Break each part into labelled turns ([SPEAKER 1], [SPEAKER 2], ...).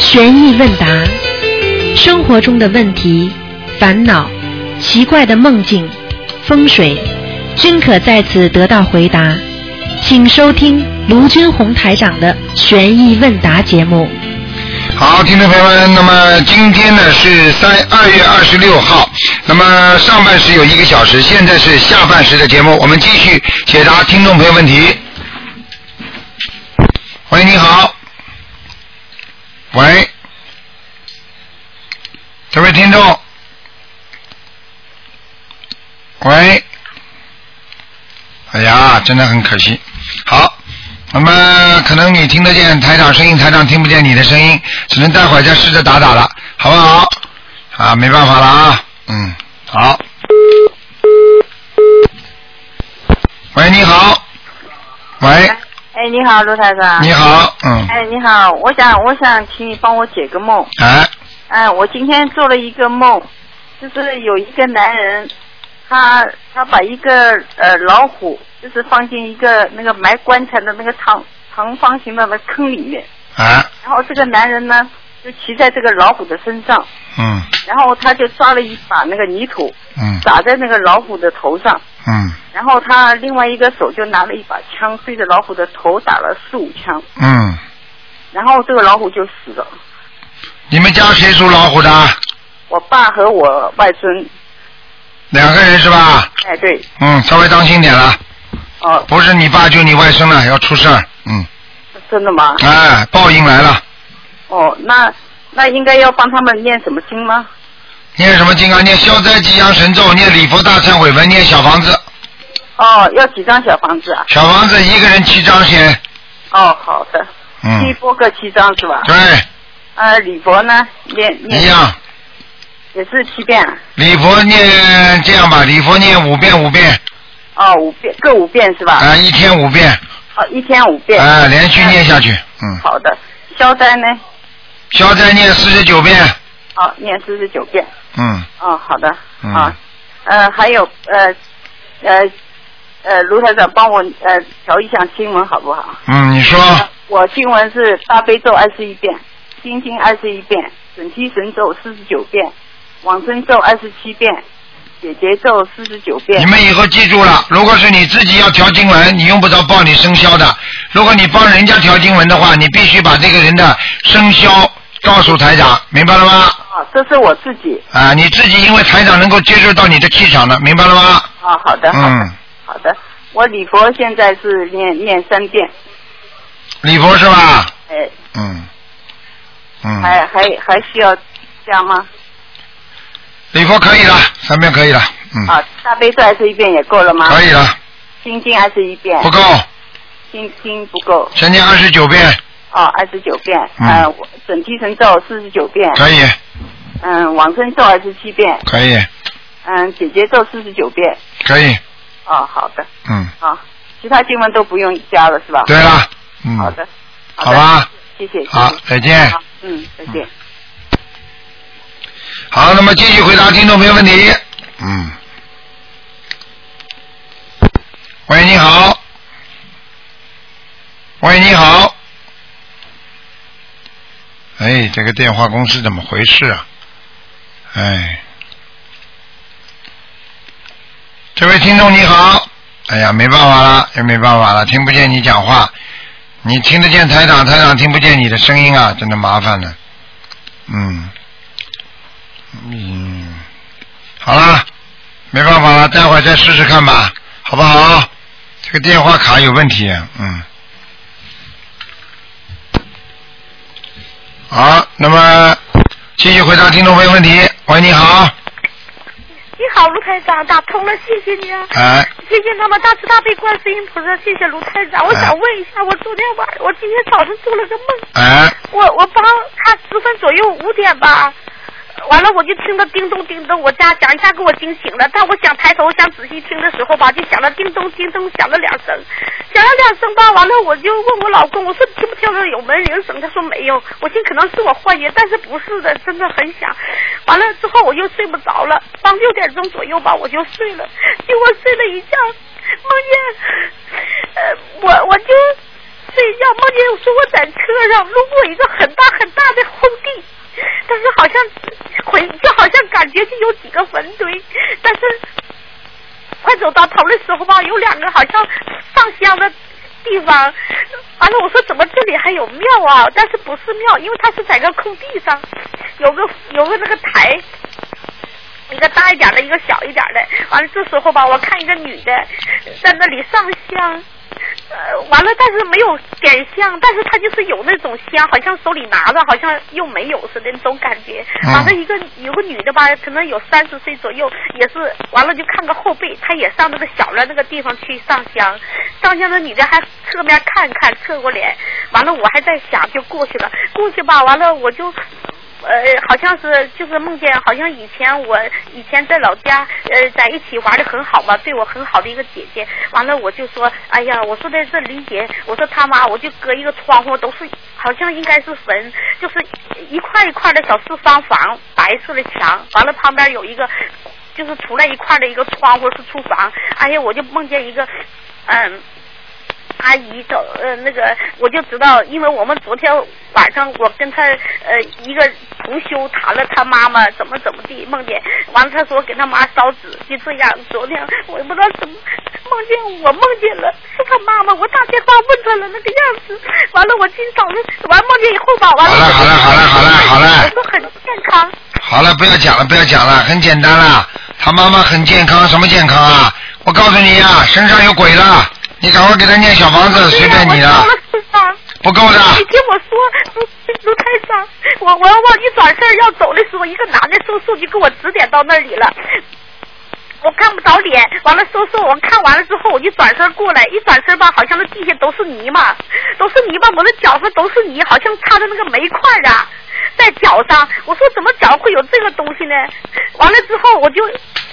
[SPEAKER 1] 悬疑问答，生活中的问题、烦恼、奇怪的梦境、风水，均可在此得到回答。请收听卢军红台长的悬疑问答节目。
[SPEAKER 2] 好，听众朋友们，那么今天呢是三二月二十六号，那么上半时有一个小时，现在是下半时的节目，我们继续解答听众朋友问题。喂，你好。喂，这位听众。喂，哎呀，真的很可惜。好，那么可能你听得见台长声音，台长听不见你的声音，只能待会儿再试着打打了，好不好？啊，没办法了啊，嗯，好。喂，你好。喂，
[SPEAKER 3] 哎，你好，卢台长。
[SPEAKER 2] 你。好，嗯，
[SPEAKER 3] 哎，你好，我想我想请你帮我解个梦。
[SPEAKER 2] 哎，
[SPEAKER 3] 哎，我今天做了一个梦，就是有一个男人，他他把一个呃老虎，就是放进一个那个埋棺材的那个长长方形的那坑里面，
[SPEAKER 2] 哎，
[SPEAKER 3] 然后这个男人呢就骑在这个老虎的身上，
[SPEAKER 2] 嗯，
[SPEAKER 3] 然后他就抓了一把那个泥土
[SPEAKER 2] 嗯，
[SPEAKER 3] 撒在那个老虎的头上，
[SPEAKER 2] 嗯，
[SPEAKER 3] 然后他另外一个手就拿了一把枪对着老虎的头打了四五枪，
[SPEAKER 2] 嗯，
[SPEAKER 3] 然后这个老虎就死了。
[SPEAKER 2] 你们家谁属老虎的？
[SPEAKER 3] 我爸和我外孙，
[SPEAKER 2] 两个人是吧？
[SPEAKER 3] 哎对，
[SPEAKER 2] 嗯，稍微当心点了，
[SPEAKER 3] 哦，
[SPEAKER 2] 不是你爸就你外甥了，要出事儿。嗯，
[SPEAKER 3] 真的吗？
[SPEAKER 2] 哎，报应来了。
[SPEAKER 3] 哦，那那应该要帮他们念什么经吗？
[SPEAKER 2] 念什么经啊？念消灾吉祥神咒，念礼佛大忏悔文，念小房子。
[SPEAKER 3] 哦，要几张小房子啊？
[SPEAKER 2] 小房子一个人七张先。
[SPEAKER 3] 哦，好的，一
[SPEAKER 2] 嗯，
[SPEAKER 3] 波各七张是吧？
[SPEAKER 2] 对，
[SPEAKER 3] 呃，礼佛呢，念
[SPEAKER 2] 一
[SPEAKER 3] 念
[SPEAKER 2] 样。
[SPEAKER 3] 也是七遍，啊
[SPEAKER 2] 礼佛念这样吧，礼佛念五遍五遍，
[SPEAKER 3] 哦，五遍各五遍是吧？
[SPEAKER 2] 啊、一天五遍，
[SPEAKER 3] 哦，一天五遍。
[SPEAKER 2] 啊、连续念下去。嗯，
[SPEAKER 3] 好的，消灾呢？
[SPEAKER 2] 消灾念四十九遍。
[SPEAKER 3] 哦，念四十九遍。
[SPEAKER 2] 嗯
[SPEAKER 3] 哦，好的，
[SPEAKER 2] 嗯
[SPEAKER 3] 啊，呃，还有呃呃呃，卢台长帮我呃调一下经文好不好？
[SPEAKER 2] 嗯，你说
[SPEAKER 3] 我经文是大悲咒二十一遍，心经二十一遍，准提神咒四十九遍，往生咒二十七遍，解结咒四十九遍
[SPEAKER 2] 你。们以后记住了，如果是你自己要调经文，你用不着报你生肖的；如果你帮人家调经文的话，你必须把这个人的生肖告诉台长，明白了吗？
[SPEAKER 3] 啊，这是我自己。
[SPEAKER 2] 啊，你自己因为台长能够接受到你的气场了，明白了吗？
[SPEAKER 3] 啊，好的，好的，
[SPEAKER 2] 嗯，
[SPEAKER 3] 好的。我礼佛现在是念念三遍，
[SPEAKER 2] 礼佛是吧？
[SPEAKER 3] 哎，
[SPEAKER 2] 嗯，嗯，
[SPEAKER 3] 还还还需要加吗？
[SPEAKER 2] 礼佛可以了，三遍可以了，嗯，
[SPEAKER 3] 啊，大悲咒二十一遍也够了吗？
[SPEAKER 2] 可以了，
[SPEAKER 3] 心经二十一遍
[SPEAKER 2] 不，够，
[SPEAKER 3] 心经不够，
[SPEAKER 2] 先念二十九遍，
[SPEAKER 3] 哦，二十九遍。
[SPEAKER 2] 嗯
[SPEAKER 3] 呃，我准提神咒四十九遍，
[SPEAKER 2] 可以，
[SPEAKER 3] 嗯，往生咒二十七遍，
[SPEAKER 2] 可以，
[SPEAKER 3] 嗯，解结咒四十九遍。
[SPEAKER 2] 可以，
[SPEAKER 3] 哦，好的，
[SPEAKER 2] 嗯，
[SPEAKER 3] 好，其他经文都不用加了是吧？
[SPEAKER 2] 对了，嗯，
[SPEAKER 3] 啊好的，
[SPEAKER 2] 好
[SPEAKER 3] 的
[SPEAKER 2] 吧，
[SPEAKER 3] 谢谢，谢谢
[SPEAKER 2] 好，再见。
[SPEAKER 3] 好，嗯，再见。
[SPEAKER 2] 好，那么继续回答听众朋友问题。嗯。喂，你好。喂，你好。哎，这个电话公司怎么回事啊？哎，这位听众你好。哎呀，没办法了，也没办法了，听不见你讲话。你听得见台长，台长听不见你的声音啊，真的麻烦了。嗯。嗯，好啦，没办法了，待会儿再试试看吧，好不好？这个电话卡有问题，嗯。好，那么继续回答听众朋友问题。喂，你好，
[SPEAKER 4] 你好，卢台长，打通了，谢谢你啊！
[SPEAKER 2] 哎，
[SPEAKER 4] 谢谢那么大慈大悲观世音菩萨，谢谢卢台长。我想问一下，我昨天晚，我今天早晨做了个梦，
[SPEAKER 2] 哎，
[SPEAKER 4] 我我帮他十分左右五点吧，完了我就听到叮咚叮咚，我家响一下给我惊醒了。但我想抬头想仔细听的时候吧，就响了叮咚叮咚响了两声，响了两声吧，完了我就问我老公，我说听不听到有门铃声？他说没有，我寻思可能是我幻觉，但是不是的，真的很响。完了之后我又睡不着了，到六点钟左右吧我就睡了，结果睡了一觉，梦见，呃，我我就睡觉梦见说我在车上路过一个很大很大的荒地，但是好像回就好像感觉是有几个坟堆，但是快走到头的时候吧，有两个好像上香的地方。完了，我说怎么这里还有庙啊？但是不是庙，因为它是在个空地上，有个有个那个台，一个大一点的，一个小一点的。完了这时候吧，我看一个女的在那里上香，呃，完了但是没有点香，但是她就是有那种香，好像手里拿着，好像又没有似的那种感觉。
[SPEAKER 2] 嗯
[SPEAKER 4] 完了一个有个女的吧，可能有三十岁左右，也是完了就看个后背，她也上那个小了那个地方去上香，上香那女的还侧面看看，侧过脸，完了我还在想就过去了，过去吧，完了我就。呃，好像是就是梦见，好像以前我以前在老家，呃，在一起玩的很好嘛，对我很好的一个姐姐。完了我就说，哎呀，我说的这理解，我说他妈，我就隔一个窗户都是，好像应该是坟，就是一块一块的小四方房，白色的墙，完了旁边有一个，就是出来一块的一个窗户是厨房。哎呀，我就梦见一个，嗯。阿姨走，呃，那个我就知道，因为我们昨天晚上我跟他呃一个同修谈了他妈妈怎么怎么地梦见，完了他说给他妈烧纸，就这样。昨天我也不知道怎么梦见我梦见了是他妈妈，我打电话问他了那个样子，完了我今早上完梦见以后吧，完了
[SPEAKER 2] 好了好了好了好了好了
[SPEAKER 4] 我说很健康，
[SPEAKER 2] 好了，不要讲了，不要讲了，很简单了。他妈妈很健康，什么健康啊？我告诉你啊，身上有鬼了，你赶快给他念小房子，随便你
[SPEAKER 4] 对呀
[SPEAKER 2] 了
[SPEAKER 4] 我，烧了四张。
[SPEAKER 2] 不够的。
[SPEAKER 4] 你听我说，卢卢台长，我我要忘记转身要走的时候，一个男的瘦瘦就给我指点到那里了。我看不着脸，完了瘦瘦，我看完了之后，我就转身过来，一转身吧，好像那地下都是泥嘛，都是泥巴，我的脚上都是泥，好像插的那个煤块啊，在脚上。我说怎么脚会有这个东西呢？完了之后，我就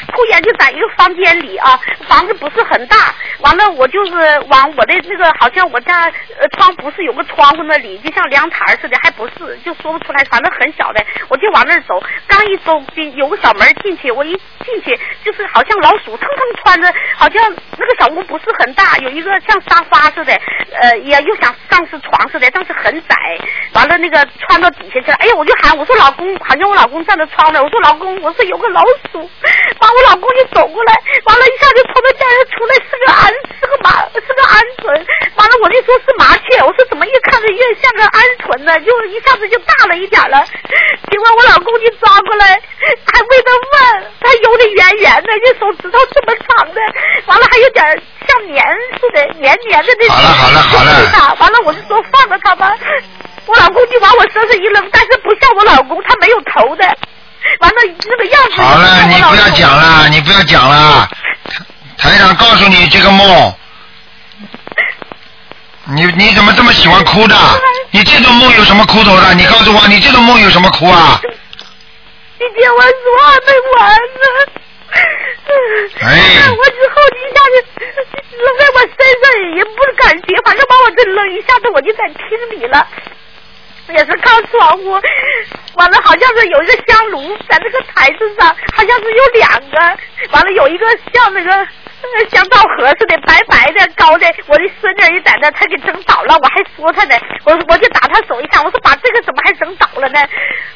[SPEAKER 4] 突然就在一个房间里啊，房子不是很大，完了我就是往我的那个好像我家呃窗不是有个窗户那里，就像凉台似的，还不是，就说不出来，反正很小的，我就往那儿走，刚一走进有个小门进去，我一进去就是好像老鼠腾腾窜着，好像那个小屋不是很大，有一个像沙发似的，呃，也又想像是床似的，但是很窄，完了那个窜到底下去了，哎呀，我就喊我说老公，好像我老公站在窗那，我说老公，我说有个老鼠，完我老公就走过来，完了一下就从那家人出来是个鹌，是个马，是个鹌鹑，完了我就说是麻雀，我说怎么越看着越像个鹌鹑呢，就一下子就大了一点了，结果我老公就抓过来，还为他问，他揉的圆圆的，这手指头这么长的，完了还有点像棉似的，黏黏的那种。
[SPEAKER 2] 好了好了好了
[SPEAKER 4] 就是它完了我就说放了它吧，我老公就往我身上一扔，但是不像我老公，他没有头的。完了，那个样子。
[SPEAKER 2] 好了，你不要讲
[SPEAKER 4] 了。
[SPEAKER 2] 了，你不要讲了。台长告诉你这个梦，你你怎么这么喜欢哭的？你这种梦有什么哭头的？你告诉我，你这种梦有什么哭啊？
[SPEAKER 4] 你听我说还没完呢。
[SPEAKER 2] 哎
[SPEAKER 4] 我之后一下子扔在我身上也不感觉，反正把我这扔一下子，我就在厅里了。也是靠窗户，完了好像是有一个香炉在那个台子上，好像是有两个，完了有一个像那个呃香皂盒似的白白的高的，我的孙女儿也在那，她给整倒了，我还说她呢，我我就打她手一下，我说把这个怎么还整倒了呢？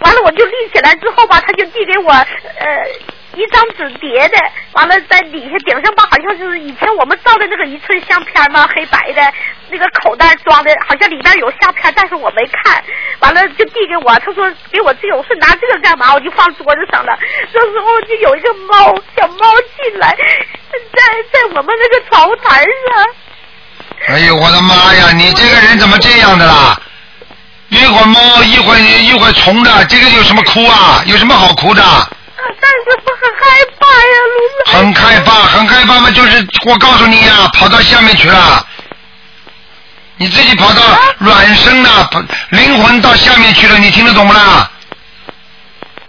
[SPEAKER 4] 完了我就立起来之后吧，她就递给我呃。一张纸叠的，完了在底下顶上吧，好像是以前我们照的那个一寸相片嘛，黑白的，那个口袋装的，好像里边有相片，但是我没看。完了就递给我，他说给我这个，我说拿这个干嘛？我就放桌子上了。这时候就有一个猫，小猫进来，在在我们那个窗户台上。
[SPEAKER 2] 哎呦，我的妈呀！你这个人怎么这样的啦？一会儿猫，一会儿一会儿虫的，这个有什么哭啊？有什么好哭的？
[SPEAKER 4] 但是我很害怕呀，卢总。
[SPEAKER 2] 很害怕，很害怕嘛，就是我告诉你呀、跑到下面去了，你自己跑到
[SPEAKER 4] 啊
[SPEAKER 2] 软身了，跑灵魂到下面去了，你听得懂不啦？
[SPEAKER 4] 啊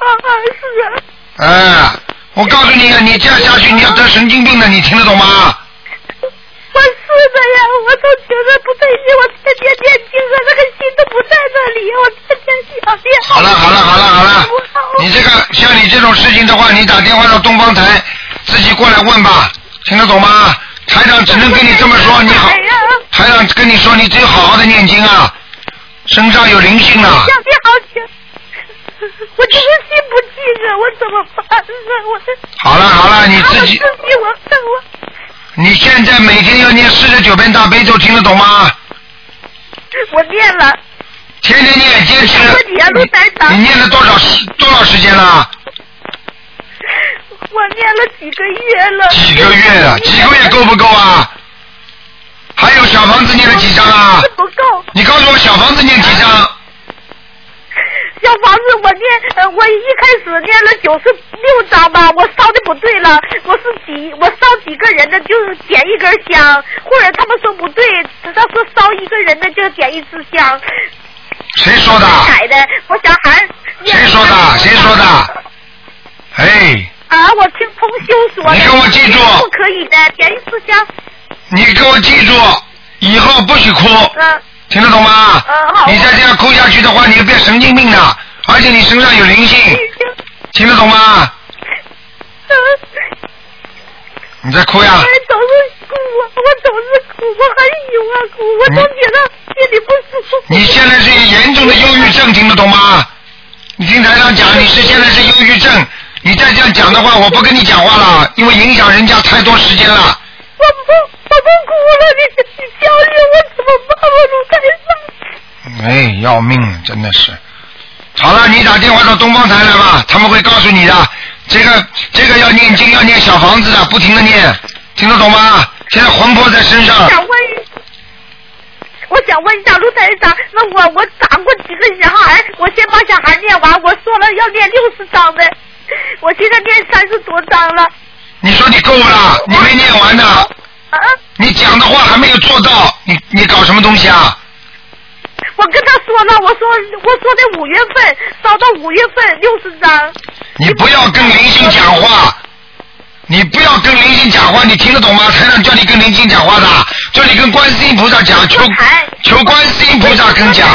[SPEAKER 4] 啊是啊。
[SPEAKER 2] 哎、我告诉你啊，你这样下去你要得神经病的，你听得懂吗？
[SPEAKER 4] 我是的呀，我都觉得不对劲，我天天念经啊，那个心都不在那里，我天天想念。
[SPEAKER 2] 好了好了好了好了，你这个像你这种事情的话，你打电话到东方台自己过来问吧，听得懂吗？台长只能跟你这么说，你好，台长跟你说，你只有好好的念经啊，身上有灵性啊了。
[SPEAKER 4] 想变好久，我这个心不记着，我怎么办呢？我这
[SPEAKER 2] 好了好了，你
[SPEAKER 4] 啊
[SPEAKER 2] 自己
[SPEAKER 4] 我自己我我
[SPEAKER 2] 你现在每天要念四十九遍大悲咒，听得懂吗？
[SPEAKER 4] 我念了，
[SPEAKER 2] 天天念，坚持
[SPEAKER 4] 我问你啊陆台。长
[SPEAKER 2] 你你念了多少时多少时间了？
[SPEAKER 4] 我念了几个月了。
[SPEAKER 2] 几个月了，几个月够不够啊？还有小房子念了几张啊
[SPEAKER 4] 是？不够。
[SPEAKER 2] 你告诉我小房子念几张？
[SPEAKER 4] 小房子，我念，呃，我一开始念了九十六章吧，我烧的不对了，我是几，我烧几个人的就点一根香，或者他们说不对，只要说烧一个人的就点一支香，
[SPEAKER 2] 谁说的？
[SPEAKER 4] 改的，我想还念
[SPEAKER 2] 谁说的？啊谁说的？哎，
[SPEAKER 4] 啊，我听同修说的。
[SPEAKER 2] 你给我记住
[SPEAKER 4] 不可以的，点一支香，
[SPEAKER 2] 你给我记住，以后不许哭，
[SPEAKER 4] 嗯、
[SPEAKER 2] 听得懂吗？
[SPEAKER 4] 嗯好
[SPEAKER 2] 你再这样哭下去的话，你就变神经病了，而且你身上有灵性，听得懂吗？
[SPEAKER 4] 嗯，
[SPEAKER 2] 你在哭
[SPEAKER 4] 别
[SPEAKER 2] 呀？
[SPEAKER 4] 人总是哎哭啊我，我总是哭，我很喜欢哭，我总
[SPEAKER 2] 嗯
[SPEAKER 4] 觉得心里不舒服。
[SPEAKER 2] 你现在是严重的忧郁症，听得懂吗？你听台上讲，你是现在是忧郁症，你再这样讲的话，我不跟你讲话了，因为影响人家太多时间了。
[SPEAKER 4] 我不，我不哭了，你你教教我怎么办？我如台上，
[SPEAKER 2] 哎，要命，真的是。好了，你打电话到东方台来吧，他们会告诉你的。这个这个要念经，要念小房子的，不停的念，听得懂吗？现在魂魄在身上，
[SPEAKER 4] 想问一，我想问一下卢台长，那我我长过几个小孩？我先把小孩念完，我说了要念六十章的，我现在念三十多章了。
[SPEAKER 2] 你说你够了，你没念完呢，
[SPEAKER 4] 啊，
[SPEAKER 2] 你讲的话还没有做到，你你搞什么东西啊？
[SPEAKER 4] 我跟他说了，我说我说的五月份烧到五月份六十章，
[SPEAKER 2] 你不要跟灵性讲话，你不要跟灵性讲话，你听得懂吗？台长叫你跟灵性讲话的，叫你跟观世音菩萨讲，求
[SPEAKER 4] 台
[SPEAKER 2] 求观世音菩萨跟讲，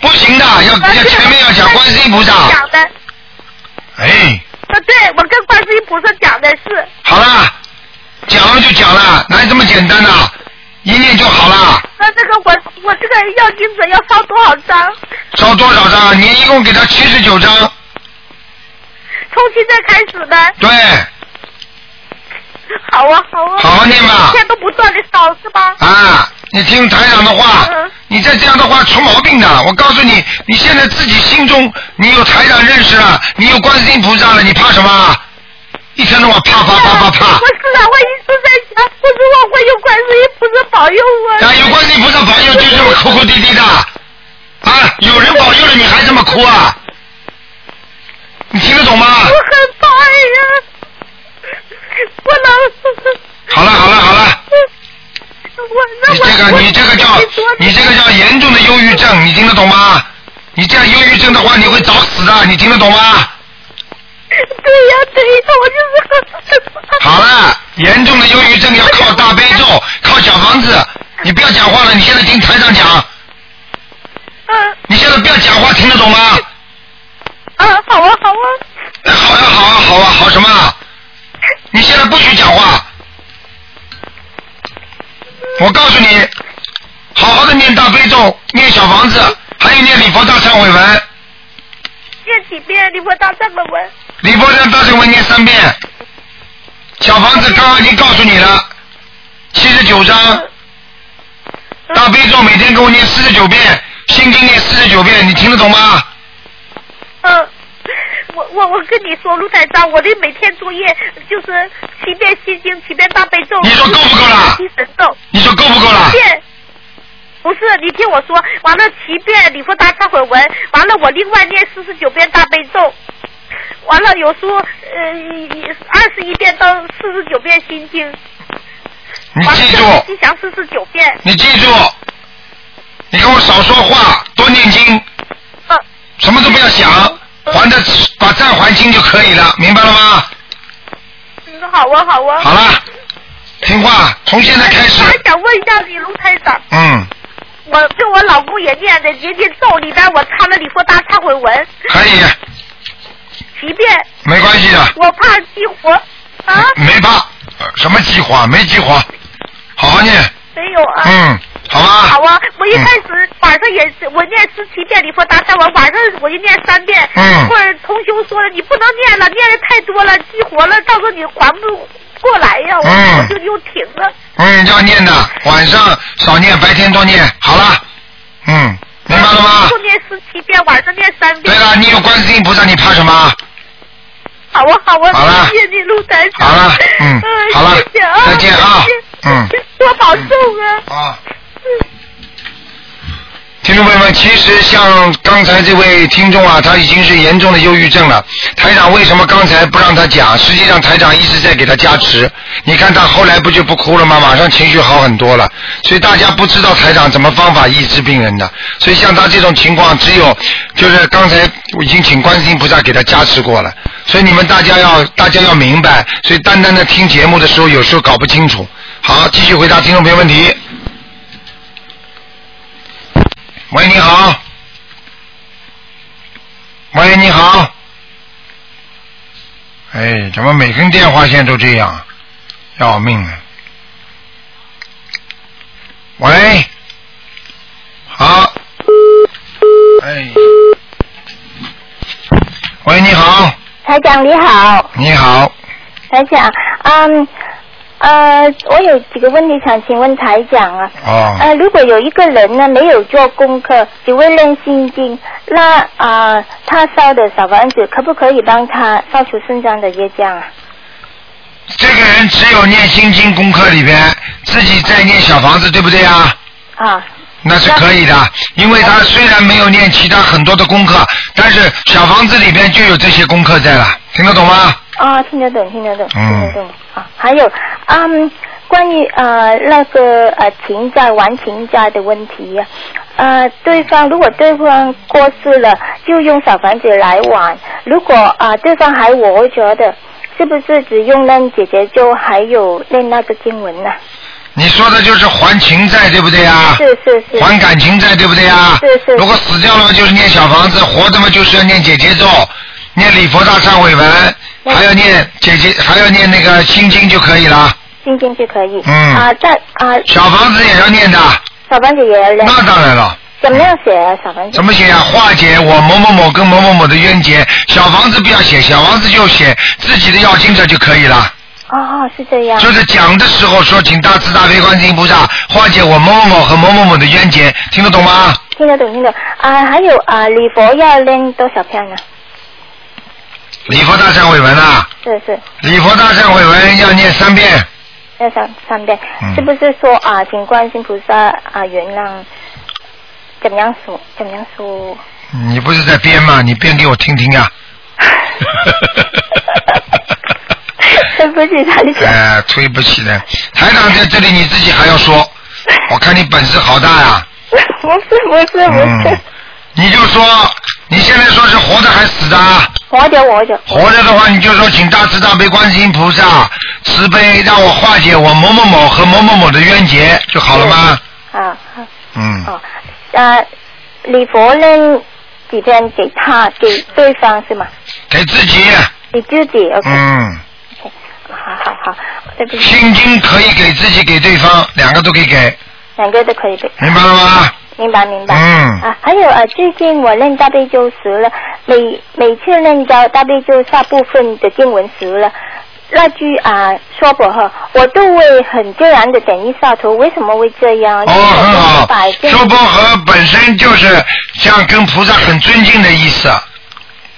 [SPEAKER 2] 不行的，要要前面要讲观世音菩萨。
[SPEAKER 4] 讲的，
[SPEAKER 2] 哎，
[SPEAKER 4] 啊，对，我跟观世音菩萨讲的是，
[SPEAKER 2] 好啦，讲了就讲了，哪有这么简单的、啊一念就好啦。
[SPEAKER 4] 那这个我我这个要金子要烧多少张？
[SPEAKER 2] 烧多少张？你一共给他七十九张，
[SPEAKER 4] 从现在开始呢？
[SPEAKER 2] 对，
[SPEAKER 4] 好啊，好啊。
[SPEAKER 2] 好好念吧
[SPEAKER 4] 一。天都不断的烧是吧？
[SPEAKER 2] 啊，你听台长的话
[SPEAKER 4] 嗯，
[SPEAKER 2] 你再这样的话出毛病的。我告诉你，你现在自己心中你有台长认识了，你有观世音菩萨了，你怕什么？一天到晚怕怕怕怕怕
[SPEAKER 4] 哎我，知道，我一直在想，我说我会有观世音菩萨保佑我。
[SPEAKER 2] 啊，有观世音菩萨保佑就这么哭哭啼啼的，啊，有人保佑了你还这么哭啊？你听得懂吗？
[SPEAKER 4] 我很怕呀，我能。
[SPEAKER 2] 好了好了好了，
[SPEAKER 4] 我那
[SPEAKER 2] 你
[SPEAKER 4] 我
[SPEAKER 2] 这个
[SPEAKER 4] 我
[SPEAKER 2] 你这个叫
[SPEAKER 4] 我得多
[SPEAKER 2] 你这个叫严重的忧郁症，你听得懂吗？你这样忧郁症的话，你会早死的，你听得懂吗？
[SPEAKER 4] 对呀对呀，我就是 很
[SPEAKER 2] 好了，严重的忧郁症要靠大悲咒，靠小房子。你不要讲话了，你现在听台上讲，
[SPEAKER 4] 啊嗯
[SPEAKER 2] 你现在不要讲话，听得懂吗？
[SPEAKER 4] 嗯，好啊好啊，
[SPEAKER 2] 哎好呀、好啊，好啊，好什么啊？你现在不许讲话。我告诉你，好好的念大悲咒，念小房子，还有念礼佛大忏悔文，
[SPEAKER 4] 念几遍你我大这么文，
[SPEAKER 2] 礼佛大忏悔文念三遍。小房子刚刚已经告诉你了，七十九章。
[SPEAKER 4] 嗯
[SPEAKER 2] 大悲咒每天给我念四十九遍，心经念四十九遍，你听得懂吗？
[SPEAKER 4] 嗯， 我我我跟你说，卢台长，我的每天作业就是七遍心经，七遍大悲咒，
[SPEAKER 2] 你说够不够啦
[SPEAKER 4] 七神咒，
[SPEAKER 2] 你说够不够啦
[SPEAKER 4] 七？遍。不是，你听我说，完了七遍礼佛大忏悔文，完了我另外念四十九遍大悲咒，完了有时候呃二十一遍到四十九遍心经，
[SPEAKER 2] 你
[SPEAKER 4] 完了
[SPEAKER 2] 记住，
[SPEAKER 4] 吉祥四十九遍，
[SPEAKER 2] 你记住，你跟我少说话，多念经，
[SPEAKER 4] 呃
[SPEAKER 2] 什么都不要想，还的把债还清就可以了，明白了吗？
[SPEAKER 4] 嗯，好啊好啊。
[SPEAKER 2] 好了，听话，从现在开始
[SPEAKER 4] 我，还想问一下你卢台长，
[SPEAKER 2] 嗯，
[SPEAKER 4] 我跟我老公也念的，也念咒里边我掺了礼佛大忏悔文，
[SPEAKER 2] 可以，啊
[SPEAKER 4] 即便
[SPEAKER 2] 没关系的，
[SPEAKER 4] 我怕激活啊，
[SPEAKER 2] 没怕，呃什么计划没计划，好好念，
[SPEAKER 4] 没有啊，
[SPEAKER 2] 嗯，好嗯吧？
[SPEAKER 4] 好啊，我一开始晚上也是，我念十七遍礼佛大忏文，晚上我就念三遍。
[SPEAKER 2] 嗯
[SPEAKER 4] 或者同修说了，你不能念了，念的太多了，激活了，到时候你还不过来呀，我、
[SPEAKER 2] 嗯
[SPEAKER 4] 我就又停了。
[SPEAKER 2] 嗯，要念的，晚上少念，白天多念，好了。嗯，明白了吗
[SPEAKER 4] 就？念十七遍，晚上念三遍。
[SPEAKER 2] 对了，你有观世音菩萨，你怕什么？
[SPEAKER 4] 好啊，好啊，
[SPEAKER 2] 好了
[SPEAKER 4] 谢谢你，陆台长。
[SPEAKER 2] 好 了嗯
[SPEAKER 4] 嗯
[SPEAKER 2] 好了
[SPEAKER 4] 谢谢啊，
[SPEAKER 2] 再见啊嗯，
[SPEAKER 4] 多保重啊。
[SPEAKER 2] 啊。听众朋友们，其实像刚才这位听众啊，他已经是严重的忧郁症了。台长为什么刚才不让他讲？实际上台长一直在给他加持。你看他后来不就不哭了吗？马上情绪好很多了。所以大家不知道台长怎么方法医治病人的。所以像他这种情况，只有就是刚才我已经请观世音菩萨给他加持过了。所以你们大家要大家要明白。所以单单的听节目的时候，有时候搞不清楚。好，继续回答听众朋友问题。喂，你好。喂，你好。哎，怎么每根电话线都这样？要命啊！喂，好。哎，喂，你好，
[SPEAKER 5] 台长你好，
[SPEAKER 2] 你好，
[SPEAKER 5] 台长，嗯，呃，我有几个问题想请问台长啊。
[SPEAKER 2] 哦，
[SPEAKER 4] 哎
[SPEAKER 5] 呃，如果有一个人呢没有做功课，只会念心经，那啊、呃他烧的小房子可不可以帮他烧除身上的业障啊？
[SPEAKER 2] 这个人只有念心经功课里边自己在念小房子，对不对啊？
[SPEAKER 5] 啊，哦
[SPEAKER 2] 那是可以的，因为他虽然没有念其他很多的功课，但是小房子里边就有这些功课在了，听得懂吗？
[SPEAKER 5] 啊，听得懂，听得懂，
[SPEAKER 2] 嗯
[SPEAKER 5] 听得懂啊。还有，嗯，关于呃那个呃情债还情债的问题，呃，对方如果对方过世了，就用小房子来还；如果啊、呃对方还活着的，是不是只用那姐姐就还有念那个经文呢、
[SPEAKER 2] 你说的就是还情债，对不对啊？
[SPEAKER 5] 是是是
[SPEAKER 2] 还感情债，对不对啊？
[SPEAKER 5] 是是
[SPEAKER 2] 如果死掉了嘛，就是念小房子；活着嘛，就是要念姐姐咒，念礼佛大忏悔文，
[SPEAKER 5] 嗯
[SPEAKER 2] 还要念姐姐，还要念那个心经就可以了。
[SPEAKER 5] 心经就可以。
[SPEAKER 2] 嗯
[SPEAKER 5] 啊、在啊、
[SPEAKER 2] 小房子也要念的，
[SPEAKER 5] 小房子也要念，
[SPEAKER 2] 那当然了。
[SPEAKER 5] 怎么样写啊？小房子
[SPEAKER 2] 怎？么写啊？化解我某某某跟某某某的冤结。小房子不要写，小房子就写自己的要经者就可以了。
[SPEAKER 5] 哦，是这样。
[SPEAKER 2] 就是讲的时候说，请大慈大悲观世音菩萨化解我某某某和某某某的冤结，听得懂吗？
[SPEAKER 5] 听得懂，听得懂啊！还有啊，礼佛要念多少篇呢？
[SPEAKER 2] 礼佛大忏悔文啊，
[SPEAKER 5] 是是，
[SPEAKER 2] 礼佛大忏悔文要念三遍。
[SPEAKER 5] 要三三遍，
[SPEAKER 2] 嗯
[SPEAKER 5] 是不是说啊，请观世音菩萨啊原谅，怎么样说？怎么样说？
[SPEAKER 2] 你不是在编吗？你编给我听听啊呀、
[SPEAKER 5] 对不起，台
[SPEAKER 2] 哎、
[SPEAKER 5] 长，
[SPEAKER 2] 吹不起来。台长在这里，你自己还要说，我看你本事好大呀、
[SPEAKER 5] 不是不是不是
[SPEAKER 2] 嗯，，你就说你现在说是活着还是死的？啊？
[SPEAKER 5] 活着活着，
[SPEAKER 2] 活着的话，你就说请大慈大悲观世音菩萨慈悲，让我化解我某某某和某某某的冤结就好了吗？
[SPEAKER 5] 啊啊
[SPEAKER 2] 嗯，
[SPEAKER 5] 哦，啊，礼佛念几遍给他给对方是吗？
[SPEAKER 2] 给自己，
[SPEAKER 5] 给自己，OK，、
[SPEAKER 2] 嗯，
[SPEAKER 5] 好好好，对不起，
[SPEAKER 2] 心经可以给自己给对方，两个都可以给，
[SPEAKER 5] 两个都可以对。
[SPEAKER 2] 明白了吗？
[SPEAKER 5] 明白明白。
[SPEAKER 2] 嗯
[SPEAKER 5] 啊，还有呃，最近我认大悲咒时了，每每次认到大悲咒下部分的经文时了，那句啊、说不呵，我都会很自然的点一下头，为什么会这样？
[SPEAKER 2] 哦，很好
[SPEAKER 5] 百。
[SPEAKER 2] 说薄荷本身就是像跟菩萨很尊敬的意思，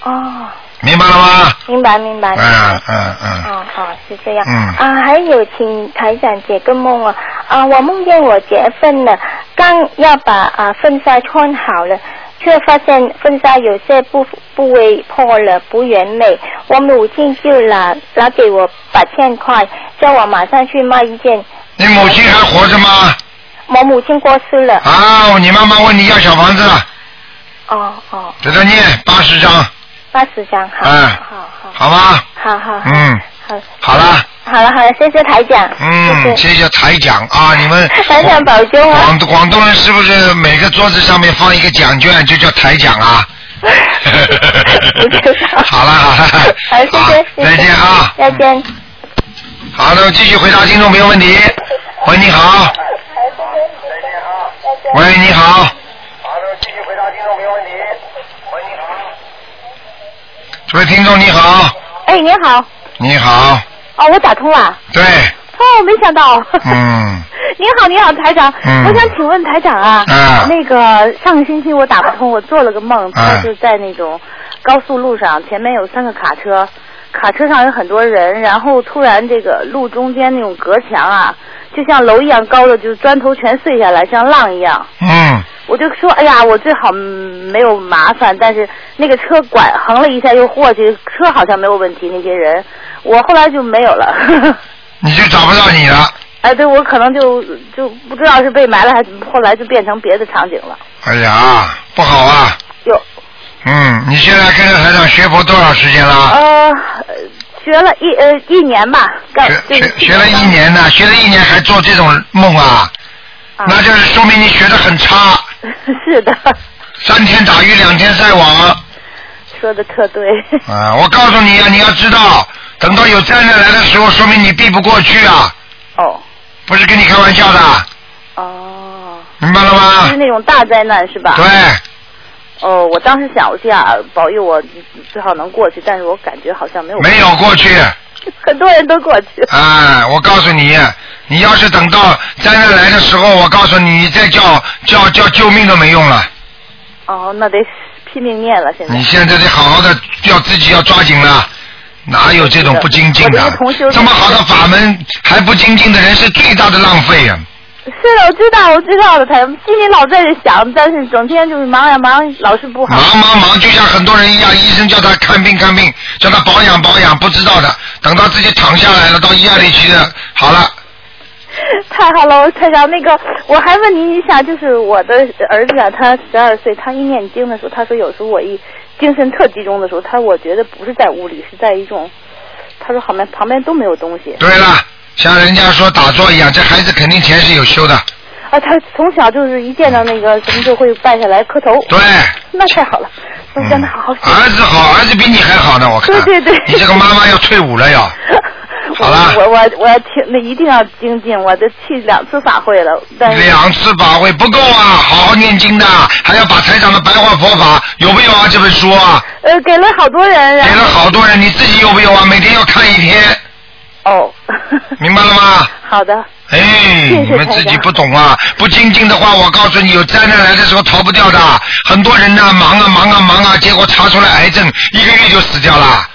[SPEAKER 5] 哦，
[SPEAKER 2] 明白了吗？
[SPEAKER 5] 明白明白。
[SPEAKER 2] 嗯嗯嗯，
[SPEAKER 5] 哦，好，是这样。
[SPEAKER 2] 嗯
[SPEAKER 5] 啊，还有，请台长解个梦啊！啊，我梦见我结婚了，刚要把啊婚纱穿好了，却发现婚纱有些部部位破了，不完美。我母亲就拿拿给我八千块，叫我马上去卖一件。
[SPEAKER 2] 你母亲还活着吗？
[SPEAKER 5] 我母亲过世了。
[SPEAKER 2] 啊，你妈妈问你要小房子了，
[SPEAKER 5] 哦哦，
[SPEAKER 2] 给她念八十张，
[SPEAKER 5] 八十张，好，
[SPEAKER 2] 嗯
[SPEAKER 5] 好好，
[SPEAKER 2] 好吗？
[SPEAKER 5] 好好，好，
[SPEAKER 2] 嗯，
[SPEAKER 5] 好，
[SPEAKER 2] 好了，
[SPEAKER 5] 好了好了，谢谢台长。谢
[SPEAKER 2] 嗯，
[SPEAKER 5] 谢。
[SPEAKER 2] 谢谢台长 啊，你们
[SPEAKER 5] 台长保重啊
[SPEAKER 2] 广。广东人是不是每个桌子上面放一个奖券就叫台奖啊？
[SPEAKER 5] 不知道。
[SPEAKER 2] 好了好了
[SPEAKER 5] 好，谢谢，
[SPEAKER 2] 好再见啊
[SPEAKER 5] 再见。
[SPEAKER 2] 好的，那么继续回答听众朋友问题。喂，你好。喂，你好。好的，继续回答听众没问题。喂，你好。这位听众你好，
[SPEAKER 6] 哎，您好，
[SPEAKER 2] 你好，
[SPEAKER 6] 哦，我打通了，
[SPEAKER 2] 对，
[SPEAKER 6] 哦，没 想到，
[SPEAKER 2] 嗯，
[SPEAKER 6] 您好，您好，台长，
[SPEAKER 2] 嗯
[SPEAKER 6] 我想请问台长啊，
[SPEAKER 2] 啊
[SPEAKER 6] 那个上个星期我打不通，我做了个梦，他
[SPEAKER 2] 啊
[SPEAKER 6] 就在那种高速路上，前面有三个卡车，卡车上有很多人，然后突然这个路中间那种隔墙啊，就像楼一样高的，就是砖头全碎下来，像浪一样。
[SPEAKER 2] 嗯，
[SPEAKER 6] 我就说，哎呀，我最好嗯没有麻烦，但是那个车拐横了一下又过去，车好像没有问题，那些人，我后来就没有了。
[SPEAKER 2] 你就找不到你了。
[SPEAKER 6] 哎，对，我可能就就不知道是被埋了，还是后来就变成别的场景了。
[SPEAKER 2] 哎呀，不好啊。
[SPEAKER 6] 有
[SPEAKER 2] 嗯，你现在跟着台长学佛多少时间了？
[SPEAKER 6] 呃，学了一呃一年吧，干
[SPEAKER 2] 学
[SPEAKER 6] 就是
[SPEAKER 2] 学学了一年呢，学了一年还做这种梦啊，
[SPEAKER 6] 啊
[SPEAKER 2] 那就是说明你学的很差。
[SPEAKER 6] 是的，
[SPEAKER 2] 三天打鱼两天晒网
[SPEAKER 6] 说的特对。
[SPEAKER 2] 啊！我告诉你啊，你要知道，等到有灾难来的时候，说明你避不过去啊，
[SPEAKER 6] 哦
[SPEAKER 2] 不是跟你开玩笑的，
[SPEAKER 6] 哦，
[SPEAKER 2] 明白了
[SPEAKER 6] 就是
[SPEAKER 2] 吗？
[SPEAKER 6] 那种大灾难是吧？
[SPEAKER 2] 对。，
[SPEAKER 6] 哦，我当时想，我心想啊保佑我最好能过去，但是我感觉好像没有，
[SPEAKER 2] 没有过去。
[SPEAKER 6] 很多人都过去。
[SPEAKER 2] 啊，我告诉你，你要是等到灾难来的时候，我告诉你，你再叫叫叫救命都没用了。
[SPEAKER 6] 哦，那得拼命念了，现在
[SPEAKER 2] 你现在得好好的，要自己要抓紧了。哪有这种不精进
[SPEAKER 6] 我这
[SPEAKER 2] 的
[SPEAKER 6] 个同修？
[SPEAKER 2] 这么好的法门还不精进的人是最大的浪费啊呀、
[SPEAKER 6] 是的，我知道，我知道的，他心里老在这想，但是整天就是忙呀忙，老是不好。
[SPEAKER 2] 忙忙忙，就像很多人一样，医生叫他看病看病，叫他保养保养，不知道的。等到自己躺下来了，到医院里去的，好了，
[SPEAKER 6] 太好了，台长，那个我还问您一下，就是我的儿子啊，他十二岁，他一念经的时候，他说有时候我一精神特集中的时候，他我觉得不是在屋里，是在一种，他说旁边旁边都没有东西
[SPEAKER 2] 对了，像人家说打坐一样，这孩子肯定前世有修的，
[SPEAKER 6] 啊，他从小就是一见到那个什么就会拜下来磕头，
[SPEAKER 2] 对。嗯
[SPEAKER 6] 那太好了，我让他好好学。
[SPEAKER 2] 儿子好，儿子比你还好呢，我看。
[SPEAKER 6] 对对对
[SPEAKER 2] 你这个妈妈要退伍了要。好了
[SPEAKER 6] 嗯我我我要听，那一定要精进，我都去两次法会了，但是
[SPEAKER 2] 两次法会不够啊，好好念经的，还要把台长的白话佛法有没有啊？这本书啊，
[SPEAKER 6] 呃给了好多人，
[SPEAKER 2] 给
[SPEAKER 6] 然
[SPEAKER 2] 了
[SPEAKER 6] 后
[SPEAKER 2] 好多人，你自己有没有啊？每天要看一天，
[SPEAKER 6] 哦，
[SPEAKER 2] 明白了吗？
[SPEAKER 6] 好的，
[SPEAKER 2] 哎，
[SPEAKER 6] 谢谢
[SPEAKER 2] 你们自己不懂啊！不精进的话，我告诉你，有灾难来的时候逃不掉的。很多人呢、忙啊忙啊忙啊，结果查出来癌症，一个月就死掉了。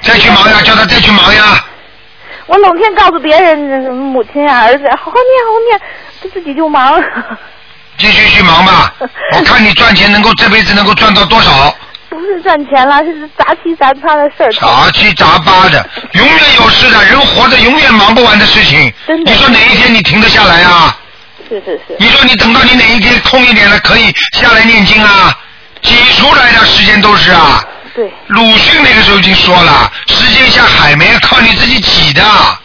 [SPEAKER 2] 再去忙呀，叫他再去忙呀。
[SPEAKER 6] 我整天告诉别人，什么母亲啊、儿子啊，好好念，好好念，他自己就忙。
[SPEAKER 2] 继续去忙吧，我看你赚钱能够这辈子能够赚到多少，
[SPEAKER 6] 不是赚钱了，是杂七杂八的事儿。
[SPEAKER 2] 杂七杂八的，永远有事的，人活着永远忙不完的事情。
[SPEAKER 6] 真的
[SPEAKER 2] 你说哪一天你停得下来啊？
[SPEAKER 6] 是是是，
[SPEAKER 2] 你说你等到你哪一天空一点了，可以下来念经啊？挤出来的时间都是啊。
[SPEAKER 6] 对，
[SPEAKER 2] 鲁迅那个时候已经说了，时间像海绵，靠你自己挤的。
[SPEAKER 4] 啊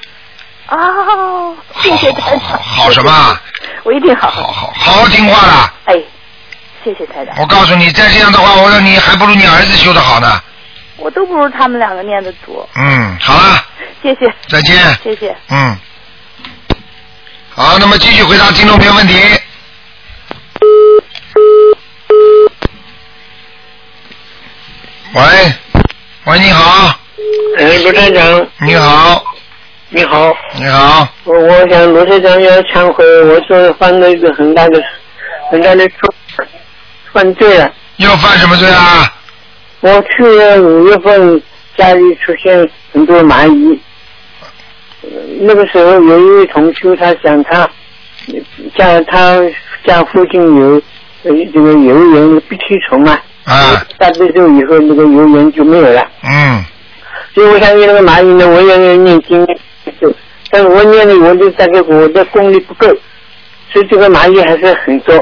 [SPEAKER 6] 哦，谢谢台长。
[SPEAKER 2] 好好好好什么啊？
[SPEAKER 6] 我一定好
[SPEAKER 2] 好。好好好听话啦！
[SPEAKER 6] 哎，谢谢台长，
[SPEAKER 2] 我告诉你，再这样的话，我说你还不如你儿子修的好呢。
[SPEAKER 6] 我都不如他们两个念的多。
[SPEAKER 2] 嗯，好了，
[SPEAKER 6] 谢谢，
[SPEAKER 2] 再见。
[SPEAKER 6] 谢谢。
[SPEAKER 2] 嗯，好，那么继续回答听众朋友问题。喂，喂，你好，
[SPEAKER 7] 哎，罗站长，
[SPEAKER 2] 你好，
[SPEAKER 7] 你好，
[SPEAKER 2] 你好，
[SPEAKER 7] 我我想罗站长要忏悔，我是犯了一个很大的很大的错，犯罪了。
[SPEAKER 2] 又犯什么罪啊？
[SPEAKER 7] 我去年五月份家里出现很多蚂蚁，呃那个时候有一位同修，他想他家他家附近有呃这个油盐必须虫啊，
[SPEAKER 2] 啊，
[SPEAKER 7] 大悲咒以后那个油盐就没有了。
[SPEAKER 2] 嗯，
[SPEAKER 7] 所以我相信那个蚂蚁呢，我也要念经，就，但是我念的我就大概我的功力不够，所以这个蚂蚁还是很多。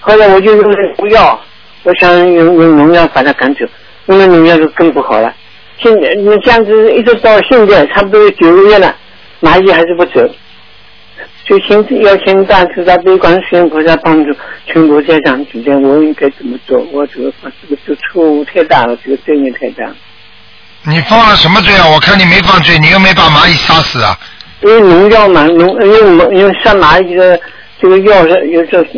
[SPEAKER 7] 后来我就用了农药，我想用用农药把它赶走，用了农药就更不好了。现在你这样子一直到现在差不多有九个月了，蚂蚁还是不走，就请要请大慈大悲观世音菩萨帮助，全国家长指点我应该怎么做。我这个我这个这个错误太大了，这个罪孽太大了。
[SPEAKER 2] 你犯了什么罪啊？我看你没犯罪，你又没把蚂蚁杀死啊？
[SPEAKER 7] 因为农药嘛，农因为我们因为杀蚂蚁的这个药是有这死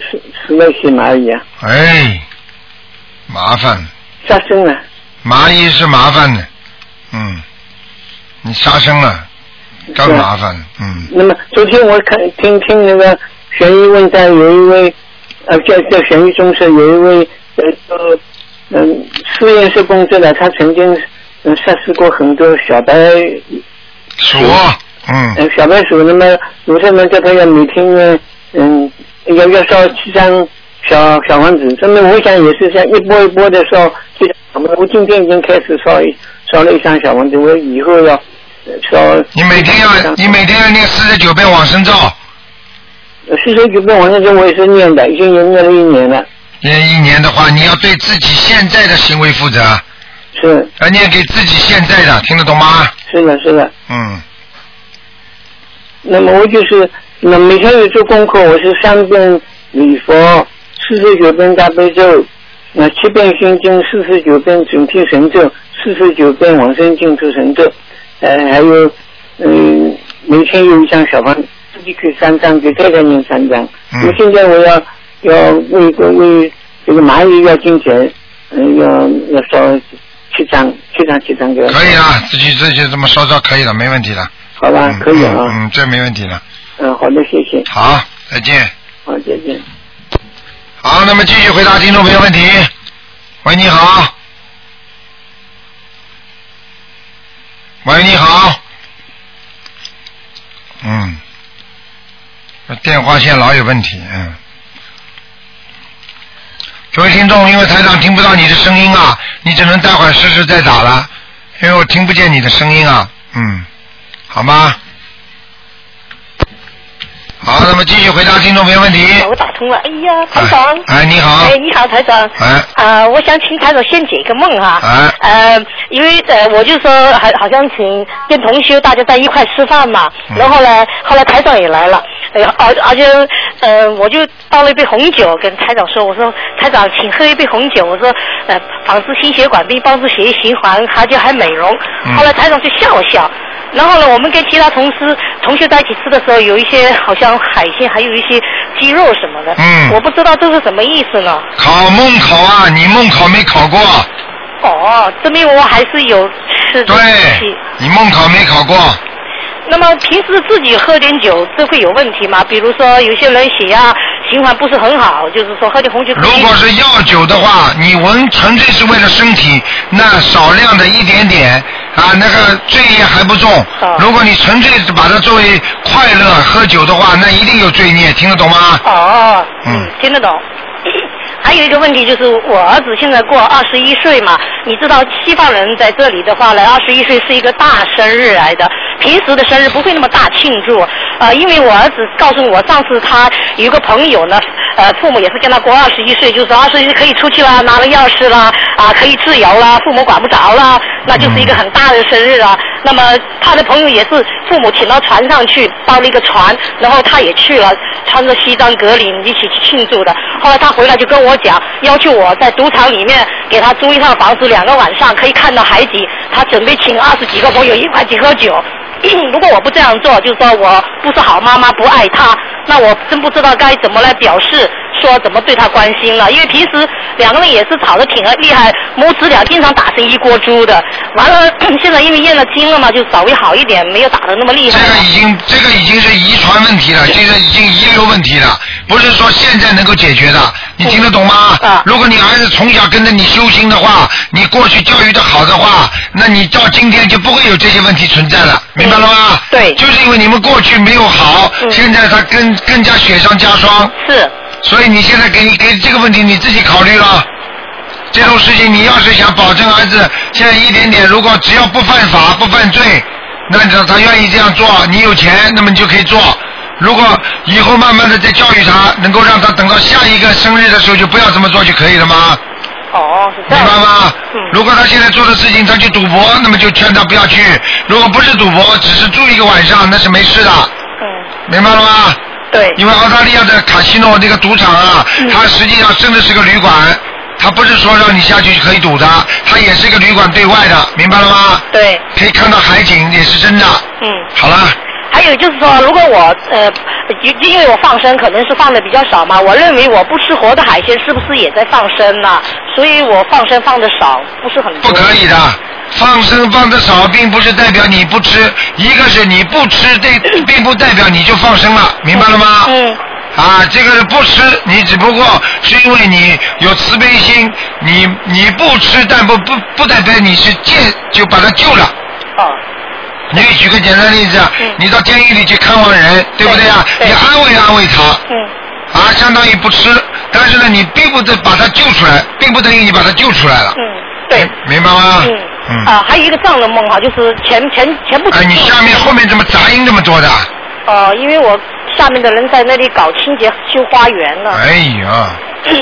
[SPEAKER 7] 死死了些蚂蚁啊，
[SPEAKER 2] 哎，麻烦，
[SPEAKER 7] 杀生了，
[SPEAKER 2] 蚂蚁是麻烦的，嗯，你杀生了，更麻烦，嗯，
[SPEAKER 7] 那么昨天我看听听那个悬疑问答，有一位呃，在在悬疑中是有一位呃嗯实验室工作的，他曾经嗯杀死过很多小白
[SPEAKER 2] 鼠，嗯，
[SPEAKER 7] 嗯小白鼠，那么卢先生叫他要每天呢嗯要要烧七张小小房子，那么我想也是像一波一波的烧，就像我们我今天已经开始烧一烧了一张小房子，我以后要呃烧
[SPEAKER 2] 你每天要你每天要念四十九遍往生咒，
[SPEAKER 7] 呃四十九遍往生咒我也是念的，已经也念了一年了，
[SPEAKER 2] 念一年的话，你要对自己现在的行为负责，啊
[SPEAKER 7] 是
[SPEAKER 2] 要念给自己现在的，听得懂吗？
[SPEAKER 7] 是的，是的。
[SPEAKER 2] 嗯，
[SPEAKER 7] 那么我就是那每天有做功课，我是三遍礼佛，四十九遍大悲咒，那七遍心经，四十九遍准提神咒，四十九遍往生净土神咒，呃，还有嗯，每天有一张小房，自己给三张，给太太念三张。
[SPEAKER 2] 嗯
[SPEAKER 7] 那么现在我要要为个为这个蚂蚁要金钱，嗯、要要烧七张，七张七张给她
[SPEAKER 2] 可以啊，自己自己这么烧烧可以了，没问题了。
[SPEAKER 7] 好吧
[SPEAKER 2] 嗯，
[SPEAKER 7] 可以啊，
[SPEAKER 2] 嗯，嗯这没问题了。
[SPEAKER 7] 嗯，好的，谢谢，
[SPEAKER 2] 好，再见。
[SPEAKER 7] 好，再见。
[SPEAKER 2] 好，那么继续回答听众朋友问题。喂，你好。喂，你好。嗯，这电话线老有问题，嗯。各位听众，因为台长听不到你的声音啊，你只能待会儿试试再打了，因为我听不见你的声音啊，嗯，好吗？好，那么继续回答听众朋友问题。
[SPEAKER 8] 我打通了，哎呀，台长，
[SPEAKER 2] 哎，你好。
[SPEAKER 8] 哎，你好，台长，
[SPEAKER 2] 哎
[SPEAKER 8] 啊，我想请台长先解个梦哈，
[SPEAKER 2] 哎
[SPEAKER 8] 呃，因为呃，我就说好，好像请跟同学大家在一块吃饭嘛，
[SPEAKER 2] 嗯
[SPEAKER 8] 然后呢，后来台长也来了，哎呀，而而且呃，我就倒了一杯红酒跟台长说，我说台长，请喝一杯红酒，我说呃，防治心血管病，帮助血液循环，还就还美容，
[SPEAKER 2] 嗯
[SPEAKER 8] 后来台长就笑了笑。然后呢，我们跟其他同事同学在一起吃的时候，有一些好像海鲜，还有一些鸡肉什么的。
[SPEAKER 2] 嗯
[SPEAKER 8] 我不知道这是什么意思呢？
[SPEAKER 2] 考梦考啊，你梦考没考过？
[SPEAKER 8] 哦，证明我还是有吃的东
[SPEAKER 2] 对
[SPEAKER 8] 西。，
[SPEAKER 2] 你梦考没考过？
[SPEAKER 8] 那么平时自己喝点酒，这会有问题吗？比如说有些人血压循环不是很好，就是说喝点红酒可以。
[SPEAKER 2] 如果是药酒的话，你闻纯粹是为了身体，那少量的一点点啊，那个罪业还不重
[SPEAKER 8] 哦。
[SPEAKER 2] 如果你纯粹是把它作为快乐喝酒的话，那一定有罪孽，听得懂吗？
[SPEAKER 8] 哦，
[SPEAKER 2] 嗯
[SPEAKER 8] 嗯，听得懂。 还有一个问题就是，我儿子现在过二十一岁嘛，你知道西方人在这里的话呢，二十一岁是一个大生日来的，平时的生日不会那么大庆祝。呃，因为我儿子告诉我，上次他有一个朋友呢，呃，父母也是跟他过二十一岁，就是二十一可以出去啦，拿了钥匙啦，啊，可以自由啦，父母管不着啦，那就是一个很大的生日啊。那么他的朋友也是父母请到船上去包了一个船，然后他也去了，穿着西装革领一起去庆祝的。后来他回来就跟我讲，要求我在赌场里面给他租一套房子，两个晚上可以看到海景。他准备请二十几个朋友一块去喝酒。 如果我不这样做，就说我不是好妈妈，不爱他，那我真不知道该怎么来表示，说怎么对他关心啊了。因为平时两个人也是吵得挺厉害，母子俩经常打成一锅猪的。完了， 现在因为验了精了嘛，就稍微好一点，没有打得那么厉
[SPEAKER 2] 这
[SPEAKER 8] 害了。
[SPEAKER 2] 个已经这个已经是遗传问题了，这个已经遗留问题了，不是说现在能够解决的，你听得懂吗？
[SPEAKER 8] 啊
[SPEAKER 2] 如果你儿子从小跟着你修行的话，你过去教育的好的话，那你到今天就不会有这些问题存在了，明白了吗？
[SPEAKER 8] 嗯对
[SPEAKER 2] 就是因为你们过去没有好，
[SPEAKER 8] 嗯
[SPEAKER 2] 现在他更更加雪上加霜，
[SPEAKER 8] 是，
[SPEAKER 2] 所以你现在给你给这个问题你自己考虑了。这种事情，你要是想保证儿子现在一点点，如果只要不犯法不犯罪，那只要他愿意这样做，你有钱，那么你就可以做。如果以后慢慢的再教育他，能够让他等到下一个生日的时候就不要这么做就可以了吗？
[SPEAKER 8] 哦，是这
[SPEAKER 2] 明
[SPEAKER 8] 样。
[SPEAKER 2] 白吗？
[SPEAKER 8] 嗯
[SPEAKER 2] 如果他现在做的事情，他去赌博，那么就劝他不要去；如果不是赌博，只是住一个晚上，那是没事的，
[SPEAKER 8] 嗯，
[SPEAKER 2] 明白了吗？
[SPEAKER 8] 对，嗯
[SPEAKER 2] 因为澳大利亚的卡西诺这个赌场啊，它实际上真的是个旅馆，它不是说让你下去可以赌的，它也是个旅馆对外的，明白了吗？
[SPEAKER 8] 对，
[SPEAKER 2] 可以看到海景，也是真的。
[SPEAKER 8] 嗯。
[SPEAKER 2] 好了，
[SPEAKER 8] 还有就是说，如果我呃，就就因为我放生可能是放的比较少嘛，我认为我不吃活的海鲜是不是也在放生呢、所以我放生放的少，不是很多。啊
[SPEAKER 2] 不可以的。放生放的少，并不是代表你不吃，一个是你不吃，这并不代表你就放生了，明白了吗？
[SPEAKER 8] 嗯。
[SPEAKER 2] 啊，这个是不吃，你只不过是因为你有慈悲心，你你不吃，但不不不代表你是借就把他救了。
[SPEAKER 8] 哦。
[SPEAKER 2] 你举个简单例子啊，
[SPEAKER 8] 嗯
[SPEAKER 2] 你到监狱里去看望人，对不对啊？
[SPEAKER 8] 对
[SPEAKER 2] 你安慰安慰他。
[SPEAKER 8] 嗯。
[SPEAKER 2] 啊，相当于不吃，但是呢，你并不得把他救出来，并不等于你把他救出来了，
[SPEAKER 8] 嗯，对。
[SPEAKER 2] 明白吗？
[SPEAKER 8] 嗯。
[SPEAKER 2] 嗯
[SPEAKER 8] 啊，还有一个这样的梦哈、就是前前前不久。
[SPEAKER 2] 哎，你下面后面怎么杂音这么多的？
[SPEAKER 8] 哦、因为我下面的人在那里搞清洁修花园呢。
[SPEAKER 2] 哎呀，
[SPEAKER 8] 嗯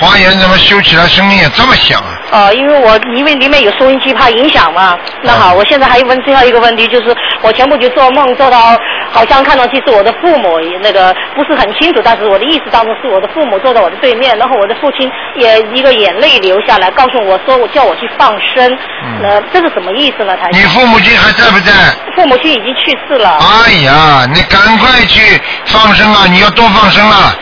[SPEAKER 2] 花园怎么修起来声音也这么响啊？
[SPEAKER 8] 哦，因为我因为里面有收音机，怕影响嘛。那好，我现在还有问最后一个问题，就是我前不久做梦做到，好像看到其实我的父母那个不是很清楚，但是我的意识当中是我的父母坐在我的对面，然后我的父亲也一个眼泪流下来，告诉我说我叫我去放生，那、这是什么意思呢？台
[SPEAKER 2] 嗯你
[SPEAKER 8] 长？
[SPEAKER 2] 父母亲还在不在？
[SPEAKER 8] 父母亲已经去世了。
[SPEAKER 2] 哎呀，你赶快去放生啊！你要多放生啊！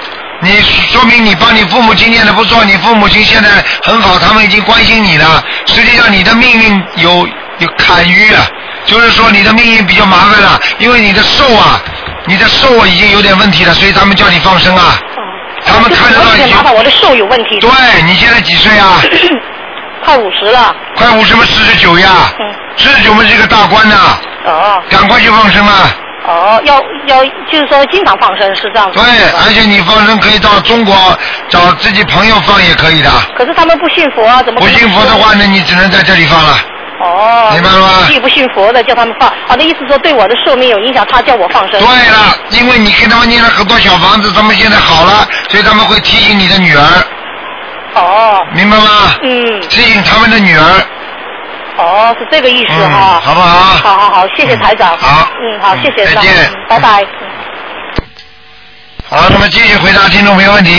[SPEAKER 2] 你说明你帮你父母亲念的不错，你父母亲现在很好，他们已经关心你了。实际上你的命运有有坎坷啊，就是说你的命运比较麻烦了，因为你的寿啊，你的寿啊已经有点问题了，所以他们叫你放生啊。他们看得
[SPEAKER 8] 我
[SPEAKER 2] 到
[SPEAKER 8] 有
[SPEAKER 2] 已
[SPEAKER 8] 点
[SPEAKER 2] 经
[SPEAKER 8] 麻。烦，我的寿有问题。
[SPEAKER 2] 对，你现在几岁啊？
[SPEAKER 8] 快五十了。
[SPEAKER 2] 快五十不四十九呀？
[SPEAKER 8] 嗯。
[SPEAKER 2] 四十九嘛是一个大关呐、
[SPEAKER 8] 哦
[SPEAKER 2] 赶快去放生啊！
[SPEAKER 8] 哦，要要就是说经常放生是这样子。
[SPEAKER 2] 对，而且你放生可以到中国找自己朋友放也可以的。
[SPEAKER 8] 可是他们不信佛啊，怎么
[SPEAKER 2] 不
[SPEAKER 8] 可能
[SPEAKER 2] 信佛的话呢，你只能在这里放了。
[SPEAKER 8] 哦，
[SPEAKER 2] 明白了吗
[SPEAKER 8] 既不信佛的叫他们放，啊，那意思说对我的寿命有影响，他叫我放生。
[SPEAKER 2] 对了，因为你给他们念了很多小房子，他们现在好了，所以他们会提醒你的女儿，
[SPEAKER 8] 哦，
[SPEAKER 2] 明白吗？
[SPEAKER 8] 嗯，
[SPEAKER 2] 提醒他们的女儿，
[SPEAKER 8] 哦，是这个意思
[SPEAKER 2] 嗯，
[SPEAKER 8] 哈。
[SPEAKER 2] 好不好？
[SPEAKER 8] 好好好，谢谢台长。
[SPEAKER 2] 好
[SPEAKER 8] 嗯，好，谢谢。
[SPEAKER 2] 嗯再见
[SPEAKER 8] 台长嗯拜拜。
[SPEAKER 2] 好，那么继续回答听众朋友问题。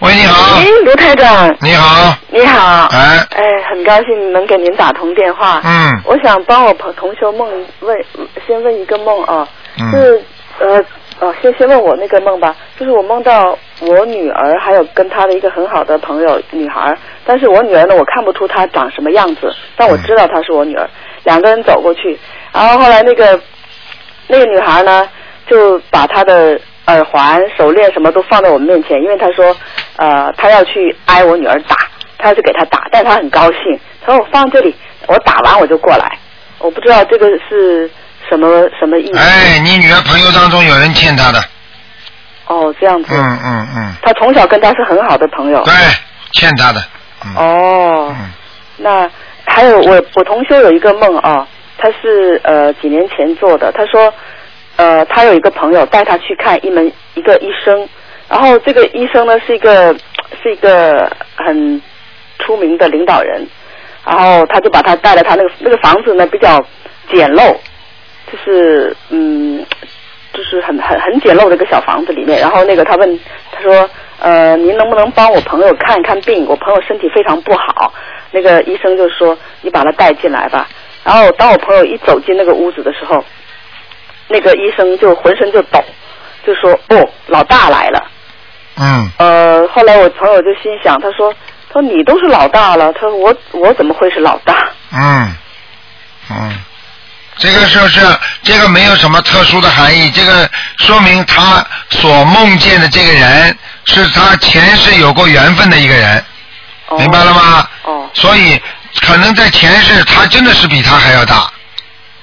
[SPEAKER 2] 喂，你好，
[SPEAKER 9] 喂，卢台长，
[SPEAKER 2] 你好，
[SPEAKER 9] 你好。
[SPEAKER 2] 哎，
[SPEAKER 9] 哎，很高兴能给您打通电话。
[SPEAKER 2] 嗯
[SPEAKER 9] 我想帮我朋同学梦问，先问一个梦啊，就
[SPEAKER 2] 嗯，
[SPEAKER 9] 是呃哦，先先问我那个梦吧，就是我梦到我女儿还有跟她的一个很好的朋友女孩儿，但是我女儿呢，我看不出她长什么样子，但
[SPEAKER 2] 嗯
[SPEAKER 9] 我知道她是我女儿。两个人走过去，然后后来那个那个女孩呢，就把她的耳环、手链什么都放在我们面前，因为她说，呃，她要去挨我女儿打，她要去给她打，但她很高兴，她说我放这里，我打完我就过来。我不知道这个是什么什么意思。
[SPEAKER 2] 哎，你女儿朋友当中有人欠她的，
[SPEAKER 9] 哦，这样子。
[SPEAKER 2] 嗯嗯嗯，
[SPEAKER 9] 他从小跟他是很好的朋友。
[SPEAKER 2] 对，欠她的，嗯
[SPEAKER 9] 哦，
[SPEAKER 2] 嗯
[SPEAKER 9] 那还有我我同修有一个梦啊，他是呃几年前做的，他说呃他有一个朋友带他去看一门一个医生，然后这个医生呢是一个是一个很出名的领导人，然后他就把他带了他那个那个房子呢比较简陋，就是嗯，就是很很很简陋的一个小房子里面。然后那个他问他说，呃，您能不能帮我朋友看一看病？我朋友身体非常不好。那个医生就说，你把他带进来吧。然后当我朋友一走进那个屋子的时候，那个医生就浑身就抖，就说，哦，老大来了。
[SPEAKER 2] 嗯，
[SPEAKER 9] 呃，后来我朋友就心想，他说，他说你都是老大了，他说我我怎么会是老大？
[SPEAKER 2] 嗯，嗯，这个就是这个没有什么特殊的含义，这个说明他所梦见的这个人是他前世有过缘分的一个人，
[SPEAKER 9] 哦、
[SPEAKER 2] 明白了？吗？
[SPEAKER 9] 哦，
[SPEAKER 2] 所以可能在前世他真的是比他还要大，啊、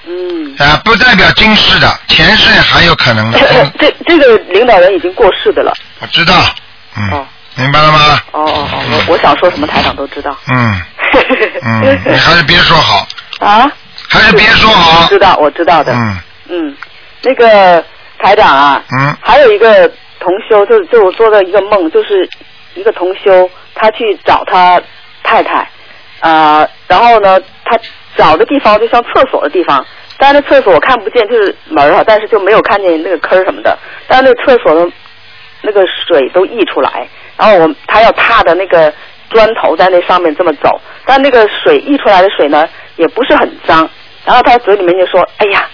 [SPEAKER 9] 嗯。
[SPEAKER 2] 不代表今世的，前世还有可能的。嗯
[SPEAKER 9] 这这个领导人已经过世的了。
[SPEAKER 2] 我知道，嗯，
[SPEAKER 9] 哦
[SPEAKER 2] 明白了吗？
[SPEAKER 9] 哦哦哦，我我想说什么台长都知道。
[SPEAKER 2] 嗯嗯，你还是别说好，
[SPEAKER 9] 啊，
[SPEAKER 2] 还是别说好
[SPEAKER 9] 知。道我知道的。
[SPEAKER 2] 嗯
[SPEAKER 9] 嗯，那个台长啊，
[SPEAKER 2] 嗯
[SPEAKER 9] 还有一个同修，就就我做的一个梦，就是一个同修，他去找他太太，啊、然后呢，他找的地方就像厕所的地方，但是那厕所我看不见，就是门儿啊，但是就没有看见那个坑儿什么的，但是那个厕所的那个水都溢出来，然后我他要踏的那个砖头在那上面这么走，但那个水溢出来的水呢，也不是很脏，然后他嘴里面就说，哎呀。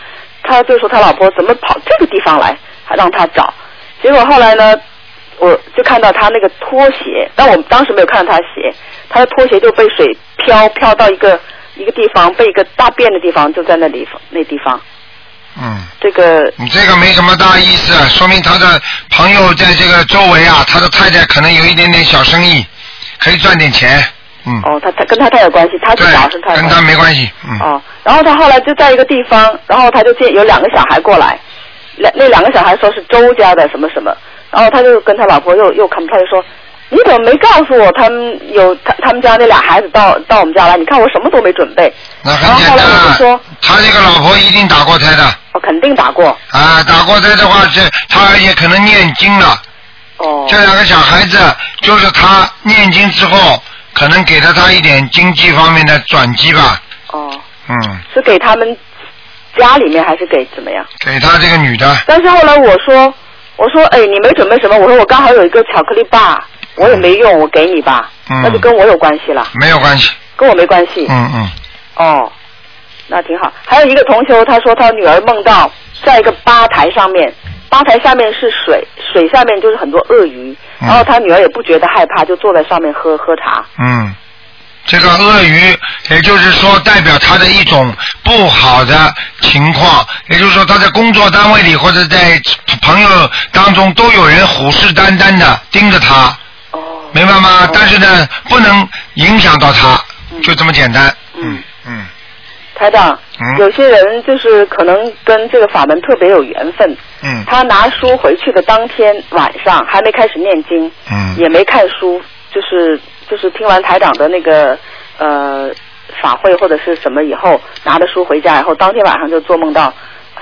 [SPEAKER 9] 他就说他老婆怎么跑这个地方来，还让他找。结果后来呢，我就看到他那个拖鞋，但我们当时没有看到他鞋，他的拖鞋就被水飘飘到一个一个地方，被一个大便的地方，就在那地方那地方。
[SPEAKER 2] 嗯，
[SPEAKER 9] 这个
[SPEAKER 2] 你这个没什么大意思，啊说明他的朋友在这个周围啊，他的太太可能有一点点小生意，可以赚点钱。嗯，
[SPEAKER 9] 哦，他他跟他太有关系，他最早是他
[SPEAKER 2] 跟他没关系。嗯，
[SPEAKER 9] 哦，然后他后来就在一个地方，然后他就见有两个小孩过来，两那两个小孩说是周家的什么什么，然后他就跟他老婆又又 complain 说，你怎么没告诉我他们有他他们家那俩孩子到到我们家来？你看我什么都没准备。
[SPEAKER 2] 那很简单了。他这个老婆一定打过胎的。
[SPEAKER 9] 我哦肯定打过。
[SPEAKER 2] 啊，打过胎的话，这他也可能念经了。
[SPEAKER 9] 哦。
[SPEAKER 2] 这两个小孩子，就是他念经之后，可能给了他一点经济方面的转机吧。
[SPEAKER 9] 哦，
[SPEAKER 2] 嗯，
[SPEAKER 9] 是给他们家里面还是给怎么样？
[SPEAKER 2] 给他这个女的，
[SPEAKER 9] 但是后来我说，我说，哎，你没准备什么？我说我刚好有一个巧克力吧，我也没用，我给你吧，
[SPEAKER 2] 嗯
[SPEAKER 9] 那就跟我有关系了，
[SPEAKER 2] 没有关系。
[SPEAKER 9] 跟我没关系。
[SPEAKER 2] 嗯嗯，
[SPEAKER 9] 哦，那挺好。还有一个同修，他说他女儿梦到在一个吧台上面，吧台下面是水，水下面就是很多鳄鱼，
[SPEAKER 2] 嗯
[SPEAKER 9] 然后他女儿也不觉得害怕，就坐在上面喝喝茶。
[SPEAKER 2] 嗯，这个鳄鱼，也就是说代表他的一种不好的情况，也就是说他在工作单位里或者在朋友当中都有人虎视眈眈的盯着他，明白吗？但是呢，不能影响到他，就这么简单。嗯嗯
[SPEAKER 9] 台长，
[SPEAKER 2] 嗯
[SPEAKER 9] 有些人就是可能跟这个法门特别有缘分，
[SPEAKER 2] 嗯
[SPEAKER 9] 他拿书回去的当天晚上还没开始念经，
[SPEAKER 2] 嗯
[SPEAKER 9] 也没看书，就是就是听完台长的那个呃法会或者是什么以后，拿着书回家以后，当天晚上就做梦到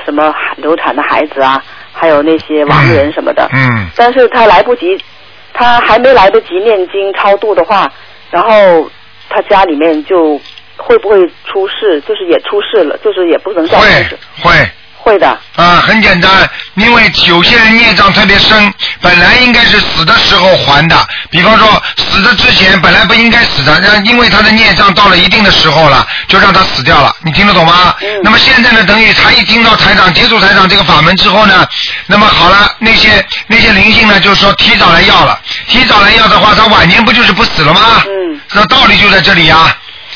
[SPEAKER 9] 什么孩流产的孩子啊，还有那些亡人什么的。
[SPEAKER 2] 嗯
[SPEAKER 4] 呃
[SPEAKER 9] 但是他来不及，他还没来得及念经超度的话，然后他家里面就会不会出事？就是也出事了，就是也不能再开始。
[SPEAKER 2] 会。
[SPEAKER 9] 会的。
[SPEAKER 2] 啊，很简单，因为有些人孽障特别深，本来应该是死的时候还的，比方说死的之前本来不应该死的，让因为他的孽障到了一定的时候了，就让他死掉了，你听得懂吗？那么现在呢，等于他一听到台长接触台长这个法门之后呢，那么好了，那些那些灵性呢，就是说提早来要了，提早来要的话，他晚年不就是不死了吗？嗯，那道理就在这里呀、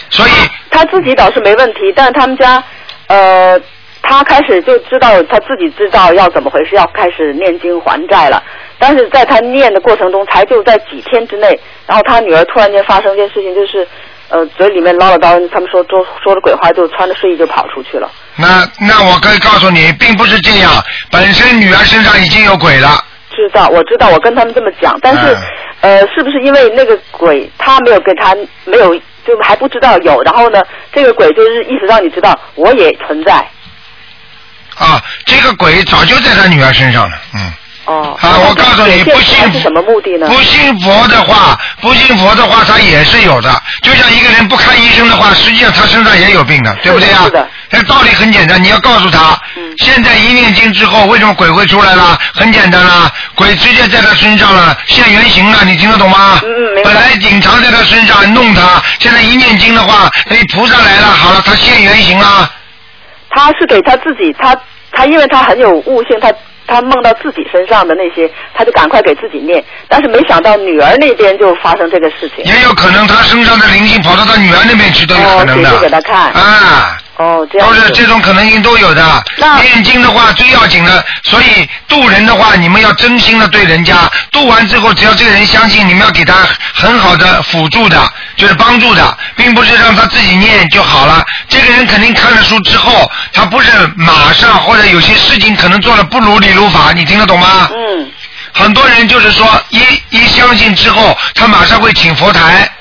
[SPEAKER 2] 所以
[SPEAKER 9] 他自己倒是没问题，但是他们家，呃，他开始就知道他自己知道要怎么回事，要开始念经还债了。但是在他念的过程中，才就在几天之内，然后他女儿突然间发生一件事情，就是，呃，嘴里面唠唠叨，他们说说说着鬼话，就穿着睡衣就跑出去了。
[SPEAKER 2] 那那我可以告诉你，并不是这样，本身女儿身上已经有鬼了。
[SPEAKER 9] 知道，我知道，我跟他们这么讲，但是，呃，是不是因为那个鬼他没有跟他没有就还不知道有，然后呢，这个鬼就是意识让你知道我也存在。
[SPEAKER 2] 啊，这个鬼早就在他女儿身上了，嗯。
[SPEAKER 9] 哦。
[SPEAKER 2] 啊，我告诉你，不信
[SPEAKER 9] 是什么目的呢？
[SPEAKER 2] 不信佛的话，不信佛的话，他也是有的。就像一个人不看医生的话，实际上他身上也有病的，对不对啊？那道理很简单，你要告诉他，
[SPEAKER 9] 嗯
[SPEAKER 2] 现在一念经之后，为什么鬼会出来了？很简单啦，鬼直接在他身上了，现原形了，你听得懂吗？嗯嗯，本来隐藏在他身上弄他，现在一念经的话，哎，菩萨来了，好了，他现原形了。
[SPEAKER 9] 他是给他自己，他他因为他很有悟性，他他梦到自己身上的那些，他就赶快给自己念，但是没想到女儿那边就发生这个事情。
[SPEAKER 2] 也有可能他身上的灵性跑到他女儿那边去都有可能的。
[SPEAKER 9] 哦解释给他看
[SPEAKER 2] 啊。
[SPEAKER 9] 哦，这
[SPEAKER 2] 样。都是这种可能性都有的。念经的话最要紧的，所以渡人的话，你们要真心的对人家。渡完之后，只要这个人相信，你们要给他很好的辅助的，就是帮助的，并不是让他自己念就好了。这个人肯定看了书之后，他不是马上或者有些事情可能做的不如理如法，你听得懂吗？
[SPEAKER 9] 嗯。
[SPEAKER 2] 很多人就是说一一相信之后，他马上会请佛台。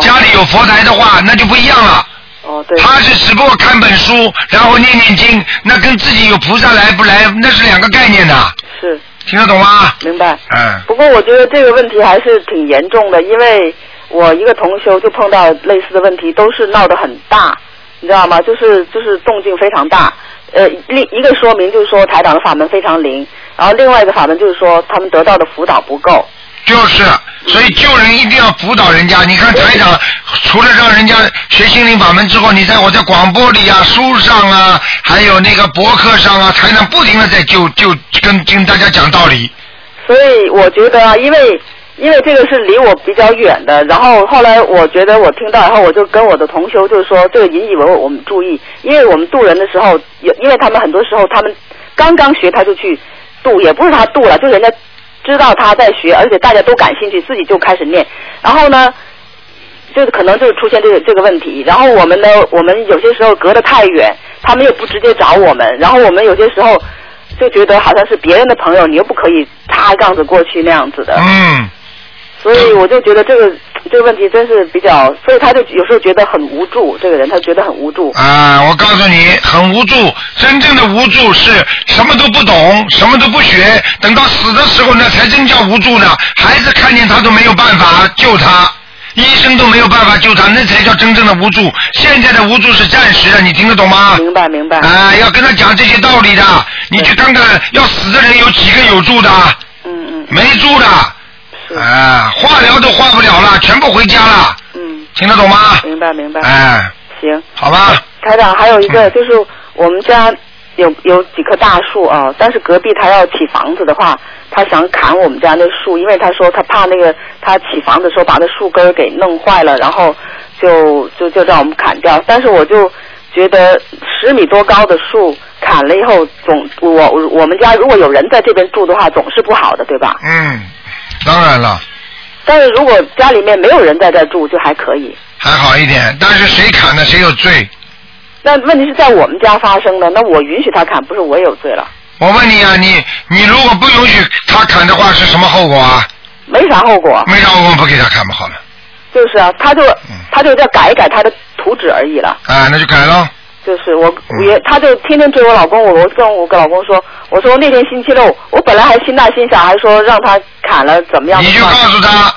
[SPEAKER 2] 家里有佛台的话，那就不一样了。
[SPEAKER 9] 哦，对。
[SPEAKER 2] 他是只不过看本书，然后念念经，那跟自己有菩萨来不来，那是两个概念的。
[SPEAKER 9] 是。
[SPEAKER 2] 听得懂吗？
[SPEAKER 9] 明白。
[SPEAKER 2] 嗯。
[SPEAKER 9] 不过我觉得这个问题还是挺严重的，因为我一个同修就碰到类似的问题，都是闹得很大，你知道吗？就是就是动静非常大。呃，另一个说明就是说台长的法门非常灵，然后另外一个法门就是说他们得到的辅导不够。
[SPEAKER 2] 就是，
[SPEAKER 9] 嗯
[SPEAKER 2] 所以救人一定要辅导人家。你看台长，除了让人家学心灵法门之后，你在我在广播里啊、书上啊，还有那个博客上啊，台长不停的在救救跟跟大家讲道理。
[SPEAKER 9] 所以我觉得啊，因为因为这个是离我比较远的，然后后来我觉得我听到以后，我就跟我的同修就说，这个引以为我们注意，因为我们渡人的时候，有因为他们很多时候他们刚刚学他就去渡，也不是他渡了，就人家知道他在学，而且大家都感兴趣，自己就开始念，然后呢。就是可能就是出现这个这个问题，然后我们呢，我们有些时候隔得太远，他们又不直接找我们，然后我们有些时候就觉得好像是别人的朋友，你又不可以插一杠子过去那样子的。
[SPEAKER 2] 嗯，
[SPEAKER 9] 所以我就觉得这个这个问题真是比较，所以他就有时候觉得很无助，这个人他觉得很无助。
[SPEAKER 2] 啊，我告诉你，很无助。真正的无助是什么都不懂，什么都不学，等到死的时候呢，才真叫无助呢。孩子看见他都没有办法救他，医生都没有办法救他，那才叫真正的无助。现在的无助是暂时的，你听得懂吗？
[SPEAKER 9] 明白明白。
[SPEAKER 2] 啊，要跟他讲这些道理的。你去看看，要死的人有几个有住的？嗯嗯。没住的。啊，化疗都化不了了，全部回家了。嗯。听得懂吗？
[SPEAKER 9] 明白明白。
[SPEAKER 2] 哎，
[SPEAKER 9] 行，
[SPEAKER 2] 好吧。嗯
[SPEAKER 9] 台长，还有一个就是我们家有有几棵大树啊，但是隔壁他要起房子的话，他想砍我们家那树，因为他说他怕那个他起房子的时候把那树根儿给弄坏了，然后就就就让我们砍掉。但是我就觉得十米多高的树砍了以后，总我我们家如果有人在这边住的话，总是不好的，对吧？
[SPEAKER 2] 嗯，当然了。
[SPEAKER 9] 但是如果家里面没有人在这儿住，就还可以。
[SPEAKER 2] 还好一点，但是谁砍的谁有罪。
[SPEAKER 9] 那问题是在我们家发生的，那我允许他砍，不是我也有罪了？
[SPEAKER 2] 我问你啊，你你如果不允许他砍的话，是什么后果啊？
[SPEAKER 9] 没啥后果。
[SPEAKER 2] 没啥后果，不给他砍不好了
[SPEAKER 9] 就是啊，他就
[SPEAKER 2] 嗯
[SPEAKER 9] 他就再改一改他的图纸而已了。
[SPEAKER 2] 啊，那就改了。
[SPEAKER 9] 就是我
[SPEAKER 2] 嗯
[SPEAKER 9] 也，他就天天追我老公，我我跟我跟老公说，我说那天星期六，我本来还心大心小，还说让他砍了怎么样？
[SPEAKER 2] 你就告诉他，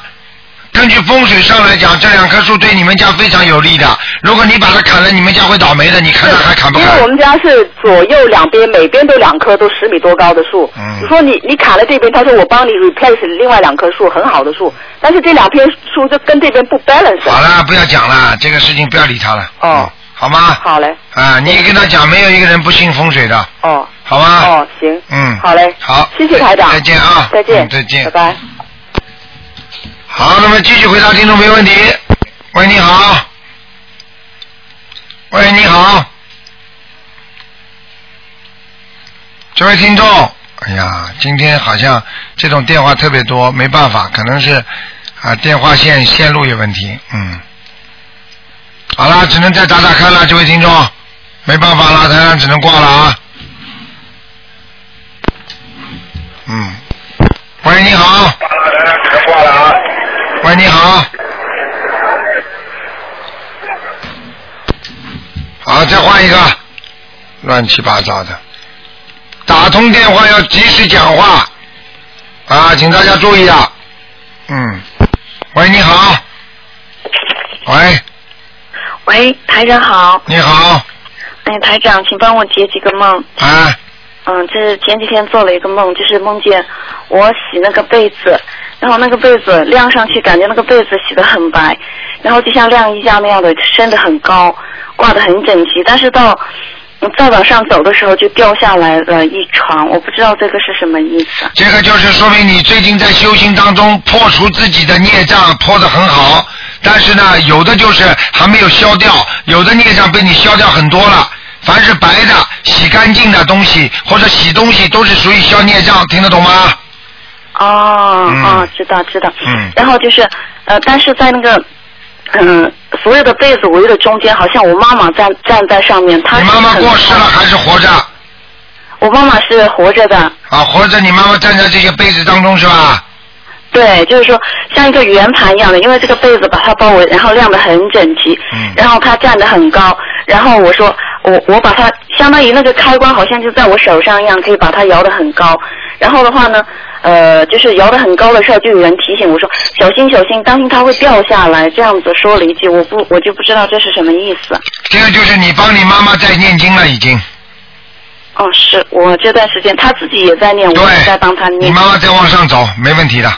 [SPEAKER 2] 根据风水上来讲，这两棵树对你们家非常有利的。如果你把它砍了，你们家会倒霉的。你看他还砍不
[SPEAKER 9] 因为
[SPEAKER 2] 砍
[SPEAKER 9] 我？们家是左右两边每边都两棵都十米多高的树，
[SPEAKER 2] 嗯
[SPEAKER 9] 你说你你砍了这边，他说我帮你 replace 另外两棵树很好的树，但是这两片树就跟这边不 balance。
[SPEAKER 2] 好了，啊不要讲了，这个事情不要理他了。哦，好吗？
[SPEAKER 9] 好嘞。
[SPEAKER 2] 啊，你跟他讲，没有一个人不信风水的，
[SPEAKER 9] 哦，
[SPEAKER 2] 好吗？
[SPEAKER 9] 哦，行，
[SPEAKER 2] 嗯，
[SPEAKER 9] 好嘞，
[SPEAKER 2] 好，
[SPEAKER 9] 谢谢台长，
[SPEAKER 2] 再见啊，
[SPEAKER 9] 再见
[SPEAKER 2] 嗯，再见，
[SPEAKER 9] 拜拜。
[SPEAKER 2] 好，那么继续回答听众没问题。喂，你好。喂，你好。这位听众，哎呀，今天好像这种电话特别多，没办法，可能是啊电话线线路有问题，嗯。好啦，只能再打打看了，这位听众，没办法了，台上只能挂了啊。嗯。喂，你好。喂，你好。好，再换一个，乱七八糟的。打通电话要及时讲话啊，请大家注意啊。嗯，喂，你好。喂，
[SPEAKER 10] 喂，台长好。
[SPEAKER 2] 你好。
[SPEAKER 10] 哎，台长，请帮我解几个梦。
[SPEAKER 2] 啊。
[SPEAKER 10] 嗯，这是前几天做了一个梦，就是梦见我洗那个被子，然后那个被子晾上去，感觉那个被子洗得很白，然后就像晾衣架那样的升得很高，挂得很整齐，但是到嗯再往上走的时候就掉下来了一床，我不知道这个是什么意思。
[SPEAKER 2] 这个就是说明你最近在修行当中破除自己的孽障，破得很好。但是呢，有的就是还没有消掉，有的孽障被你消掉很多了。凡是白的、洗干净的东西或者洗东西，都是属于消孽障，听得懂吗？
[SPEAKER 10] 哦、哦，知道知道。
[SPEAKER 2] 嗯。
[SPEAKER 10] 然后就是呃，但是在那个嗯、所有的被子围的中间，好像我妈妈站站在上面，她你妈妈过世
[SPEAKER 2] 了还是活着？
[SPEAKER 10] 我妈妈是活着的，
[SPEAKER 2] 啊，活着你妈妈站在这些被子当中是吧？
[SPEAKER 10] 对，就是说像一个圆盘一样的，因为这个被子把它包围，然后晾得很整齐，然后它站得很高，然后我说我我把它相当于那个开关好像就在我手上一样，可以把它摇得很高，然后的话呢，呃，就是摇得很高的时候，就有人提醒我说小心小心，当心它会掉下来，这样子说了一句，我不我就不知道这是什么意思。
[SPEAKER 2] 这个就是你帮你妈妈在念经了已经。
[SPEAKER 10] 哦，是我这段时间他自己也在念，我也在帮他念。
[SPEAKER 2] 你妈妈再往上走，没问题的。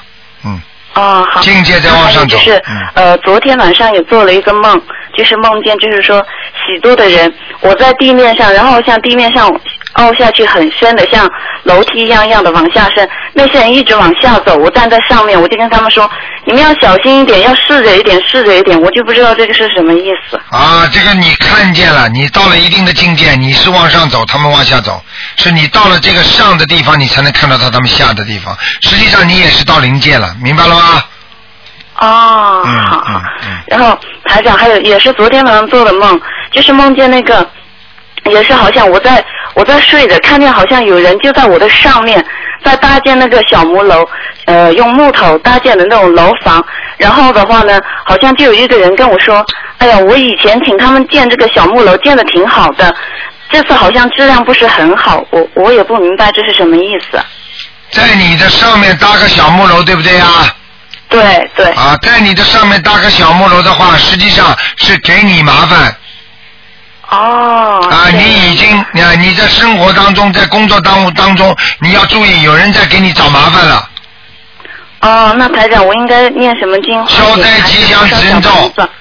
[SPEAKER 10] 哦，好。
[SPEAKER 2] 境界在往上走嗯
[SPEAKER 10] 还有就是、呃，昨天晚上也做了一个梦，就是梦见就是说许多的人，我在地面上，然后像地面上凹下去很深的，像楼梯一样一样的往下渗。那些人一直往下走，我站在上面，我就跟他们说，你们要小心一点，要试着一点，试着一点。我就不知道这个是什么意思。
[SPEAKER 2] 啊，这个你看见了，你到了一定的境界，你是往上走，他们往下走，是你到了这个上的地方，你才能看到他他们下的地方。实际上你也是到临界了，明白了吗？嗯
[SPEAKER 10] 哦，啊好。然后台长还有也是昨天晚上做的梦，就是梦见那个，也是好像我在我在睡着，看见好像有人就在我的上面，在搭建那个小木楼，呃，用木头搭建的那种楼房。然后的话呢，好像就有一个人跟我说，哎呀，我以前请他们建这个小木楼，建的挺好的。这次好像质量不是很好，我我也不明白这是什么意思。
[SPEAKER 2] 在你的上面搭个小木楼，对不对呀、
[SPEAKER 10] 对对。
[SPEAKER 2] 啊，在你的上面搭个小木楼的话，实际上是给你麻烦。
[SPEAKER 10] 哦。
[SPEAKER 2] 啊，你已经啊，你在生活当中，在工作当当中，你要注意，有人在给你找麻烦了。
[SPEAKER 10] 哦，那台长，我应该念什么经？消灾吉祥神咒。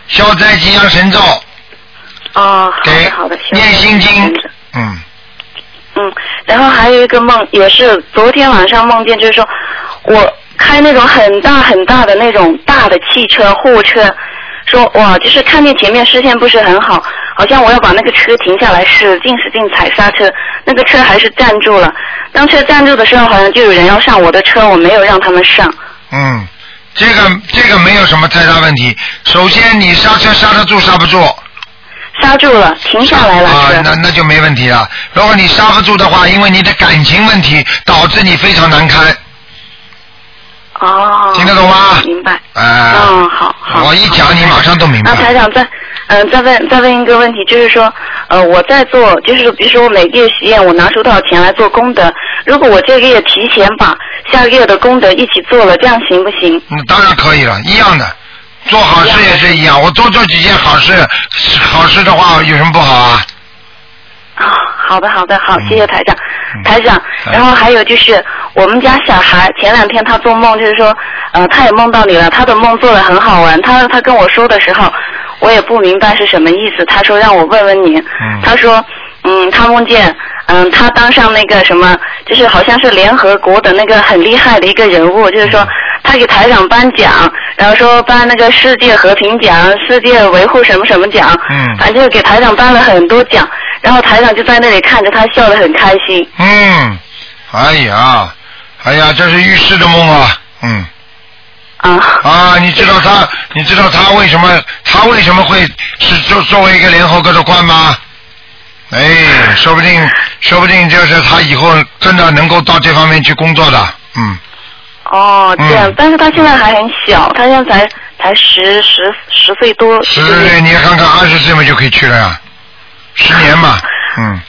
[SPEAKER 2] 消灾吉祥神咒。
[SPEAKER 10] 哦，好的好的。念
[SPEAKER 2] 心经。嗯。
[SPEAKER 10] 嗯，然后还有一个梦，也是昨天晚上梦见，就是说我开那种很大很大的那种大的汽车货车，说哇，就是看见前面视线不是很好，好像我要把那个车停下来，使劲使劲踩刹车，那个车还是站住了。当车站住的时候，好像就有人要上我的车，我没有让他们上。
[SPEAKER 2] 嗯，这个这个没有什么太大问题。首先，你刹车刹得住刹不住？
[SPEAKER 10] 刹住了，停下来了。
[SPEAKER 2] 啊，那那就没问题了。如果你刹不住的话，因为你的感情问题导致你非常难堪。
[SPEAKER 10] 哦。
[SPEAKER 2] 听得懂吗？
[SPEAKER 10] 明白。
[SPEAKER 2] 啊。
[SPEAKER 10] 嗯，好。
[SPEAKER 2] 我一讲你马上都明白
[SPEAKER 10] 那。啊台长再，嗯、再问再问一个问题，就是说，呃，我在做，就是比如说我每个月许愿，我拿出多少钱来做功德？如果我这个月提前把下个月的功德一起做了，这样行不行？
[SPEAKER 2] 嗯，当然可以了，一样的。做好事也是一样，我多做几件好事，好事的话有什么不好啊？
[SPEAKER 10] 啊，好的好的好，谢
[SPEAKER 2] 嗯
[SPEAKER 10] 谢台长，台长。然后还有就是我们家小孩前两天他做梦，就是说，呃，他也梦到你了，他的梦做的很好玩。他他跟我说的时候，我也不明白是什么意思。他说让我问问您，他说，嗯，他梦见，嗯，他当上那个什么，就是好像是联合国的那个很厉害的一个人物，就是说他给台长颁奖，然后说颁那个世界和平奖、世界维护什么什么奖，
[SPEAKER 2] 嗯
[SPEAKER 10] 反正给台长颁了很多奖，然后台长就在那里看着他笑得很开心。
[SPEAKER 2] 嗯，哎呀，哎呀，这是预示的梦啊，嗯。
[SPEAKER 10] 啊。
[SPEAKER 2] 啊，你知道他，你知道他为什么，他为什么会是作作为一个联合国的官吗？哎，说不定，说不定就是他以后真的能够到这方面去工作的，嗯。
[SPEAKER 10] 哦，这样，但是他现在还很小，他现在才才十十十岁多。
[SPEAKER 2] 十岁，你看看二十岁嘛就可以去了呀，十年嘛，嗯。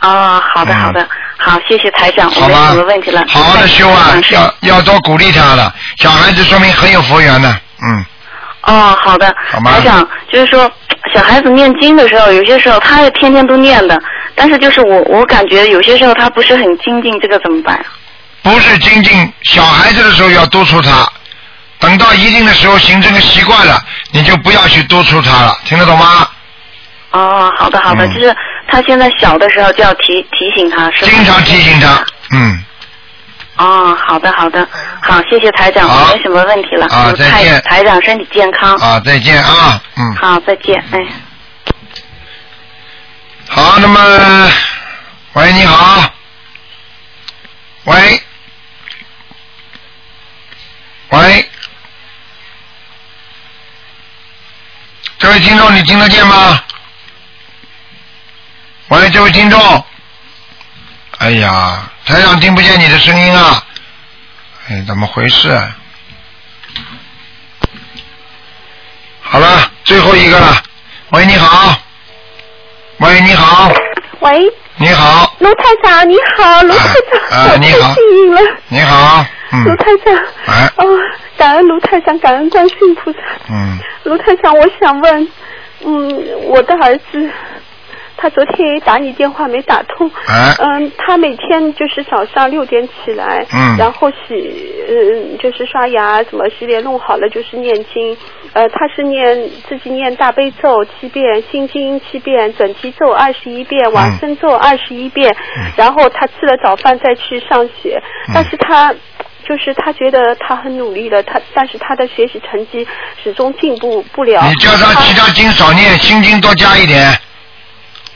[SPEAKER 10] 啊，好的好的，好，谢谢台长，我没什么问题了。
[SPEAKER 2] 好好的修啊，要要多鼓励他了。小孩子说明很有佛缘的，嗯，
[SPEAKER 10] 哦，好的，
[SPEAKER 2] 好吗
[SPEAKER 10] 台长，就是说小孩子念经的时候，有些时候他也天天都念的，但是就是我我感觉有些时候他不是很精进，这个怎么办？
[SPEAKER 2] 不是精进小孩子的时候要督促他，等到一定的时候形成个习惯了，你就不要去督促他了，听得懂吗？
[SPEAKER 10] 哦，好的好
[SPEAKER 2] 嗯
[SPEAKER 10] 的，就是他现在小的时候就要提提醒他，是吧？
[SPEAKER 2] 经常提醒他，嗯，
[SPEAKER 10] 哦，好的好的，好，谢谢台长，我没什么问题了。
[SPEAKER 2] 啊
[SPEAKER 10] 祝
[SPEAKER 2] 再
[SPEAKER 10] 台
[SPEAKER 2] 见
[SPEAKER 10] 台长身体健康。
[SPEAKER 2] 啊，再见啊，嗯。
[SPEAKER 10] 好，再见，哎。
[SPEAKER 2] 好，那么，喂，你好，喂，喂，这位听众，你听得见吗？喂，这位听众，哎呀，台长听不见你的声音啊，哎，怎么回事？好了，最后一个了，喂，你好，喂，你好，
[SPEAKER 11] 喂，
[SPEAKER 2] 你好，
[SPEAKER 11] 卢台长你好，卢台长，
[SPEAKER 2] 哦啊
[SPEAKER 11] 我
[SPEAKER 2] 你好
[SPEAKER 11] 太幸运了，
[SPEAKER 2] 你好，
[SPEAKER 11] 卢
[SPEAKER 2] 嗯，
[SPEAKER 11] 台长，
[SPEAKER 2] 哎，
[SPEAKER 11] 哦，感恩卢台长，感恩观世音菩萨，
[SPEAKER 2] 嗯，
[SPEAKER 11] 卢台长，我想问，嗯，我的儿子，他昨天也打你电话没打通。
[SPEAKER 2] 哎
[SPEAKER 11] 嗯，他每天就是早上六点起来，
[SPEAKER 2] 嗯
[SPEAKER 11] 然后洗，嗯，就是刷牙，怎么洗脸弄好了就是念经。呃，他是念自己念大悲咒七遍，心经七遍，准提咒二十一遍，
[SPEAKER 2] 嗯
[SPEAKER 11] 往生咒二十一遍，然后他吃了早饭再去上学，
[SPEAKER 2] 嗯
[SPEAKER 11] 但是他。就是他觉得他很努力了，他但是他的学习成绩始终进步不了。
[SPEAKER 2] 你叫他其他经少念，心经多加一点。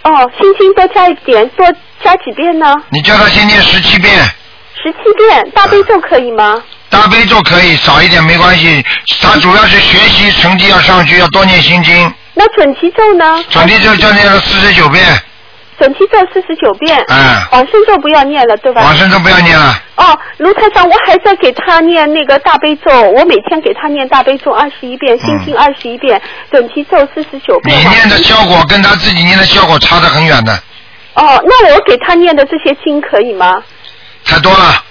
[SPEAKER 11] 哦，心经多加一点，多加几遍呢？
[SPEAKER 2] 你叫他先念十七遍，
[SPEAKER 11] 十七遍，大悲咒可以吗？
[SPEAKER 2] 大悲咒可以少一点没关系，他主要是学习成绩要上去，要多念心经。
[SPEAKER 11] 那准提咒呢？
[SPEAKER 2] 准提咒就念了四十九遍，
[SPEAKER 11] 准提咒四十九遍。
[SPEAKER 2] 嗯
[SPEAKER 11] 往生咒不要念了，对吧？
[SPEAKER 2] 往生咒不要念了。
[SPEAKER 11] 哦，卢台长，我还在给他念那个大悲咒，我每天给他念大悲咒二十一遍，心经二十一遍，准提咒四十九
[SPEAKER 2] 你
[SPEAKER 11] 遍。
[SPEAKER 2] 念的效果跟他自己念的效果差得很远的，
[SPEAKER 11] 哦，那我给他念的这些经可以吗？
[SPEAKER 2] 太多了。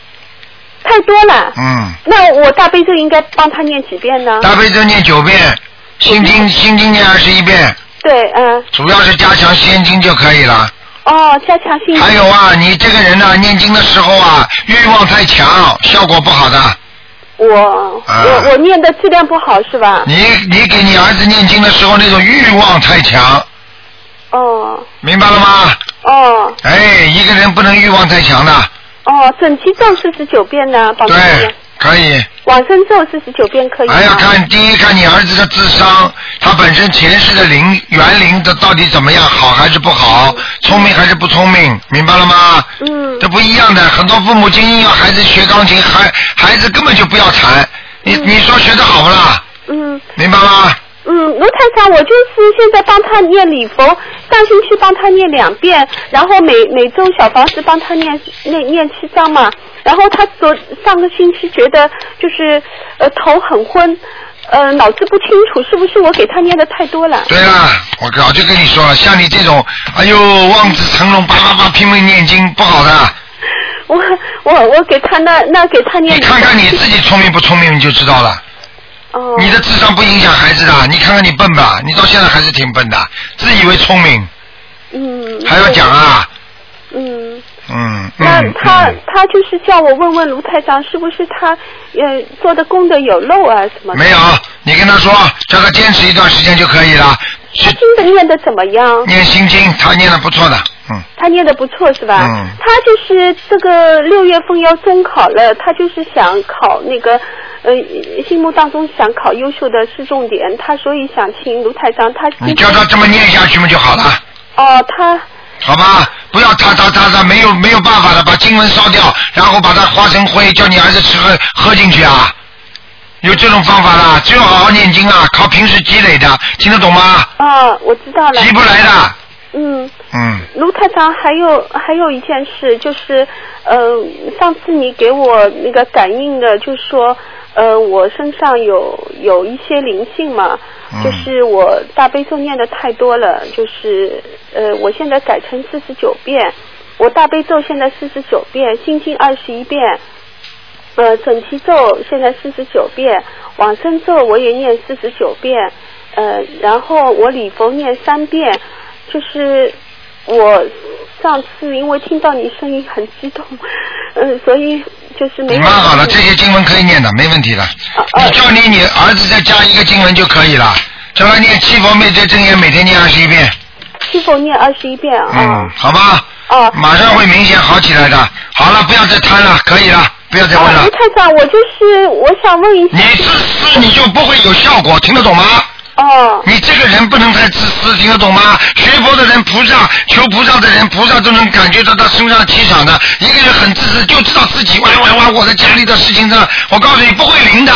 [SPEAKER 11] 太多了。
[SPEAKER 2] 嗯，
[SPEAKER 11] 那我大悲咒应该帮他念几遍呢？
[SPEAKER 2] 大悲咒念九遍，心经心经念二十一遍，
[SPEAKER 11] 对，嗯，
[SPEAKER 2] 主要是加强心经就可以了。
[SPEAKER 11] 哦，加强心。
[SPEAKER 2] 还有啊，你这个人呐、念经的时候啊，欲望太强，效果不好的。
[SPEAKER 11] 我、
[SPEAKER 2] 啊
[SPEAKER 11] 我我念的质量不好是吧？
[SPEAKER 2] 你你给你儿子念经的时候，那种欲望太强，
[SPEAKER 11] 哦
[SPEAKER 2] 明白了吗？
[SPEAKER 11] 哦
[SPEAKER 2] 哎，一个人不能欲望太强的，
[SPEAKER 11] 哦，准提咒四十九遍呢，宝贝。
[SPEAKER 2] 对，可以。
[SPEAKER 11] 往生咒四十九遍可以吗？
[SPEAKER 2] 还要哎看第一看你儿子的智商，他本身前世的灵园灵的到底怎么样，好还是不好，聪明还是不聪明，明白了吗？
[SPEAKER 11] 嗯。
[SPEAKER 2] 这不一样的，很多父母精英要孩子学钢琴，孩孩子根本就不要弹，你、你说学的好不啦？
[SPEAKER 11] 嗯
[SPEAKER 2] 明白吗？
[SPEAKER 11] 嗯，卢台长，我就是现在帮他念礼佛，上星期帮他念两遍，然后每每周小房子帮他念念念七章嘛。然后他昨上个星期觉得就是呃头很昏，呃脑子不清楚，是不是我给他念的太多了？
[SPEAKER 2] 对啊啦，我早就跟你说了，像你这种，哎呦望子成龙，叭叭叭拼命念经，不好的。
[SPEAKER 11] 我我我给他那那给他念
[SPEAKER 2] 你看看你自己聪明不聪明，你就知道了。
[SPEAKER 11] 哦。
[SPEAKER 2] 你的智商不影响孩子的，你看看你笨吧，你到现在还是挺笨的，自以为聪明，
[SPEAKER 11] 嗯
[SPEAKER 2] 还要讲啊？
[SPEAKER 11] 嗯。
[SPEAKER 2] 嗯
[SPEAKER 11] 那
[SPEAKER 2] 嗯
[SPEAKER 11] 他他就是叫我问问卢台长，是不是他呃做的功德有漏啊什么的？
[SPEAKER 2] 没有，你跟他说，叫他坚持一段时间就可以了。他
[SPEAKER 11] 经的念的怎么样？
[SPEAKER 2] 念心经，他念的不错的，嗯，
[SPEAKER 11] 他念的不错是吧？
[SPEAKER 2] 嗯
[SPEAKER 11] 他就是这个六月份要中考了，他就是想考那个呃心目当中想考优秀的市重点，他所以想请卢台长，他
[SPEAKER 2] 你叫他这么念下去嘛就好了，
[SPEAKER 11] 哦他
[SPEAKER 2] 好吧？不要他他他他没有没有办法的，把经文烧掉，然后把它化成灰，叫你儿子吃喝喝进去啊。有这种方法啦，只有好好念经啊，靠平时积累的，听得懂吗？
[SPEAKER 11] 啊、我知道了，
[SPEAKER 2] 急不来的，
[SPEAKER 11] 嗯。
[SPEAKER 2] 嗯。
[SPEAKER 11] 卢台长，还有还有一件事，就是，呃，上次你给我那个感应的，就说，呃，我身上有有一些灵性嘛，
[SPEAKER 12] 嗯
[SPEAKER 11] 就是我大悲咒念的太多了，就是，呃，我现在改成四十九遍，我大悲咒现在四十九遍，心经二十一遍，呃，准提咒现在四十九遍，往生咒我也念四十九遍，呃，然后我礼佛念三遍，就是我上次因为听到你声音很激动， 嗯、所以就是没有。哦
[SPEAKER 2] 蛮好的，这些经文可以念的，没问题的。你叫你你儿子再加一个经文就可以了，叫他念七佛灭罪真言，每天念二十一遍，
[SPEAKER 11] 是否念二十一遍啊？
[SPEAKER 2] 嗯，好吧？
[SPEAKER 11] 哦
[SPEAKER 2] 马上会明显好起来的。好了，不要再贪了，可以了，不要再问
[SPEAKER 4] 啊
[SPEAKER 2] 了
[SPEAKER 11] 卢。太长，我就是我想问一下。
[SPEAKER 2] 你自私你就不会有效果，听得懂吗？
[SPEAKER 11] 哦。
[SPEAKER 2] 你这个人不能太自私，听得懂吗？学佛的人、菩萨求菩萨的人，菩萨都能感觉到他身上气场的。一个人很自私，就知道自己玩玩玩我的家里的事情上，我告诉你不会灵的。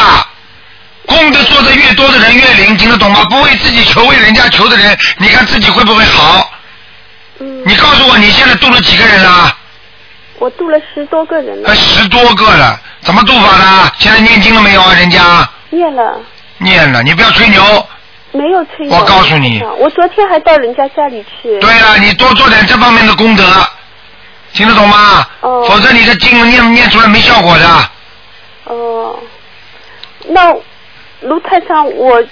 [SPEAKER 2] 功德做的越多的人越灵，听得懂吗？不为自己求，为人家求的人，你看自己会不会好？你告诉我，你现在度了几个人了？
[SPEAKER 11] 嗯我度了十多个人了，
[SPEAKER 2] 呃，十多个了，怎么度法的？现在念经了没有啊？人家
[SPEAKER 11] 念了。
[SPEAKER 2] 念了，你不要吹牛。
[SPEAKER 11] 没有吹牛。
[SPEAKER 2] 我告诉你
[SPEAKER 11] 我昨天还到人家家里去。
[SPEAKER 2] 对了，你多做点这方面的功德，听得懂吗？否则你的经文念念出来没效果的。
[SPEAKER 11] 哦，那卢太长，我
[SPEAKER 2] 你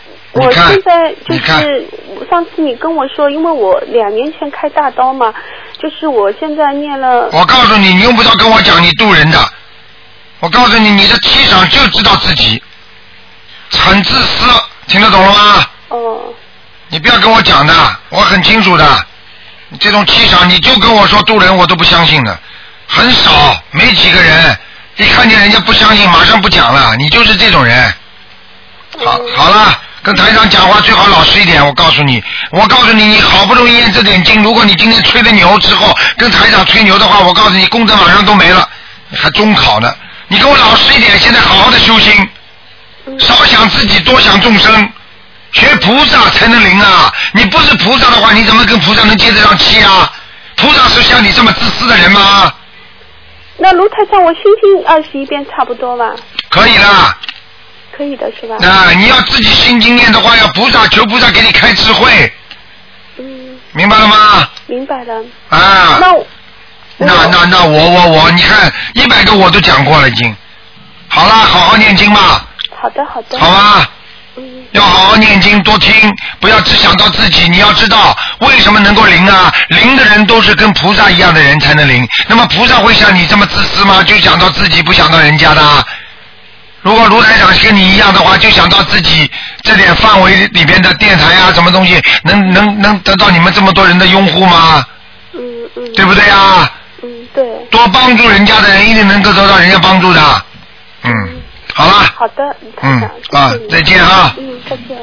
[SPEAKER 11] 我
[SPEAKER 2] 看
[SPEAKER 11] 现在就
[SPEAKER 2] 你看
[SPEAKER 11] 是上次你跟我说，因为我两年前开大刀嘛，就是我现在念了。
[SPEAKER 2] 我告诉你，你用不着跟我讲你渡人的。我告诉你，你的气场就知道自己，很自私，听得懂了吗？
[SPEAKER 11] 哦。
[SPEAKER 2] 你不要跟我讲的，我很清楚的。你这种气场，你就跟我说渡人，我都不相信的，很少，没几个人。一看见人家不相信，马上不讲了。你就是这种人。好，好了，跟台长讲话最好老实一点。我告诉你，我告诉你，你好不容易念这点经，如果你今天吹了牛之后跟台长吹牛的话，我告诉你，功德马上都没了，你还中考呢。你跟我老实一点，现在好好的修心，少想自己，多想众生，学菩萨才能灵啊！你不是菩萨的话，你怎么跟菩萨能接得上气啊？菩萨是像你这么自私的人吗？
[SPEAKER 11] 那卢台上我心经二十一遍差不多吧？
[SPEAKER 2] 可以啦。
[SPEAKER 11] 可以的是吧？
[SPEAKER 2] 啊，你要自己心经念的话，要菩萨求菩萨给你开智慧。
[SPEAKER 11] 嗯
[SPEAKER 2] 明白了吗？
[SPEAKER 11] 明白了。
[SPEAKER 2] 啊。
[SPEAKER 11] 那
[SPEAKER 2] 那那那我我我，你看一百个我都讲过了已经。好啦，好好念经吧，
[SPEAKER 11] 好的好的。嗯
[SPEAKER 2] 好吧。要好好念经，多听，不要只想到自己。你要知道，为什么能够灵啊？灵的人都是跟菩萨一样的人才能灵。那么菩萨会像你这么自私吗？就想到自己，不想到人家的啊。如果卢台长跟你一样的话，就想到自己这点范围里边的电台啊，什么东西能能能得到你们这么多人的拥护吗？嗯嗯。对不对啊？
[SPEAKER 11] 嗯，对。
[SPEAKER 2] 多帮助人家的人，一定能够得到人家帮助的。嗯，好了，
[SPEAKER 11] 好的，
[SPEAKER 2] 嗯啊，再见啊。
[SPEAKER 11] 嗯，再见。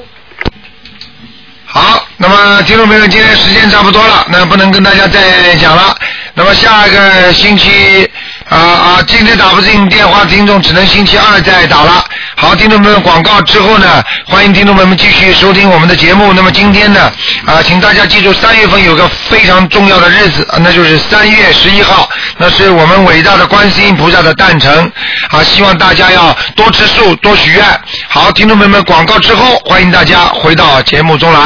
[SPEAKER 2] 好，那么听众朋友，今天时间差不多了，那不能跟大家再讲了。那么下个星期啊啊，今天打不进电话，听众只能星期二再打了。好，听众朋友，广告之后呢，欢迎听众朋友们继续收听我们的节目。那么今天呢，啊，请大家记住，三月份有个非常重要的日子，啊那就是三月十一号，那是我们伟大的观世音菩萨的诞辰啊！希望大家要多吃素，多许愿。好，听众朋友们，广告之后，欢迎大家回到节目中来。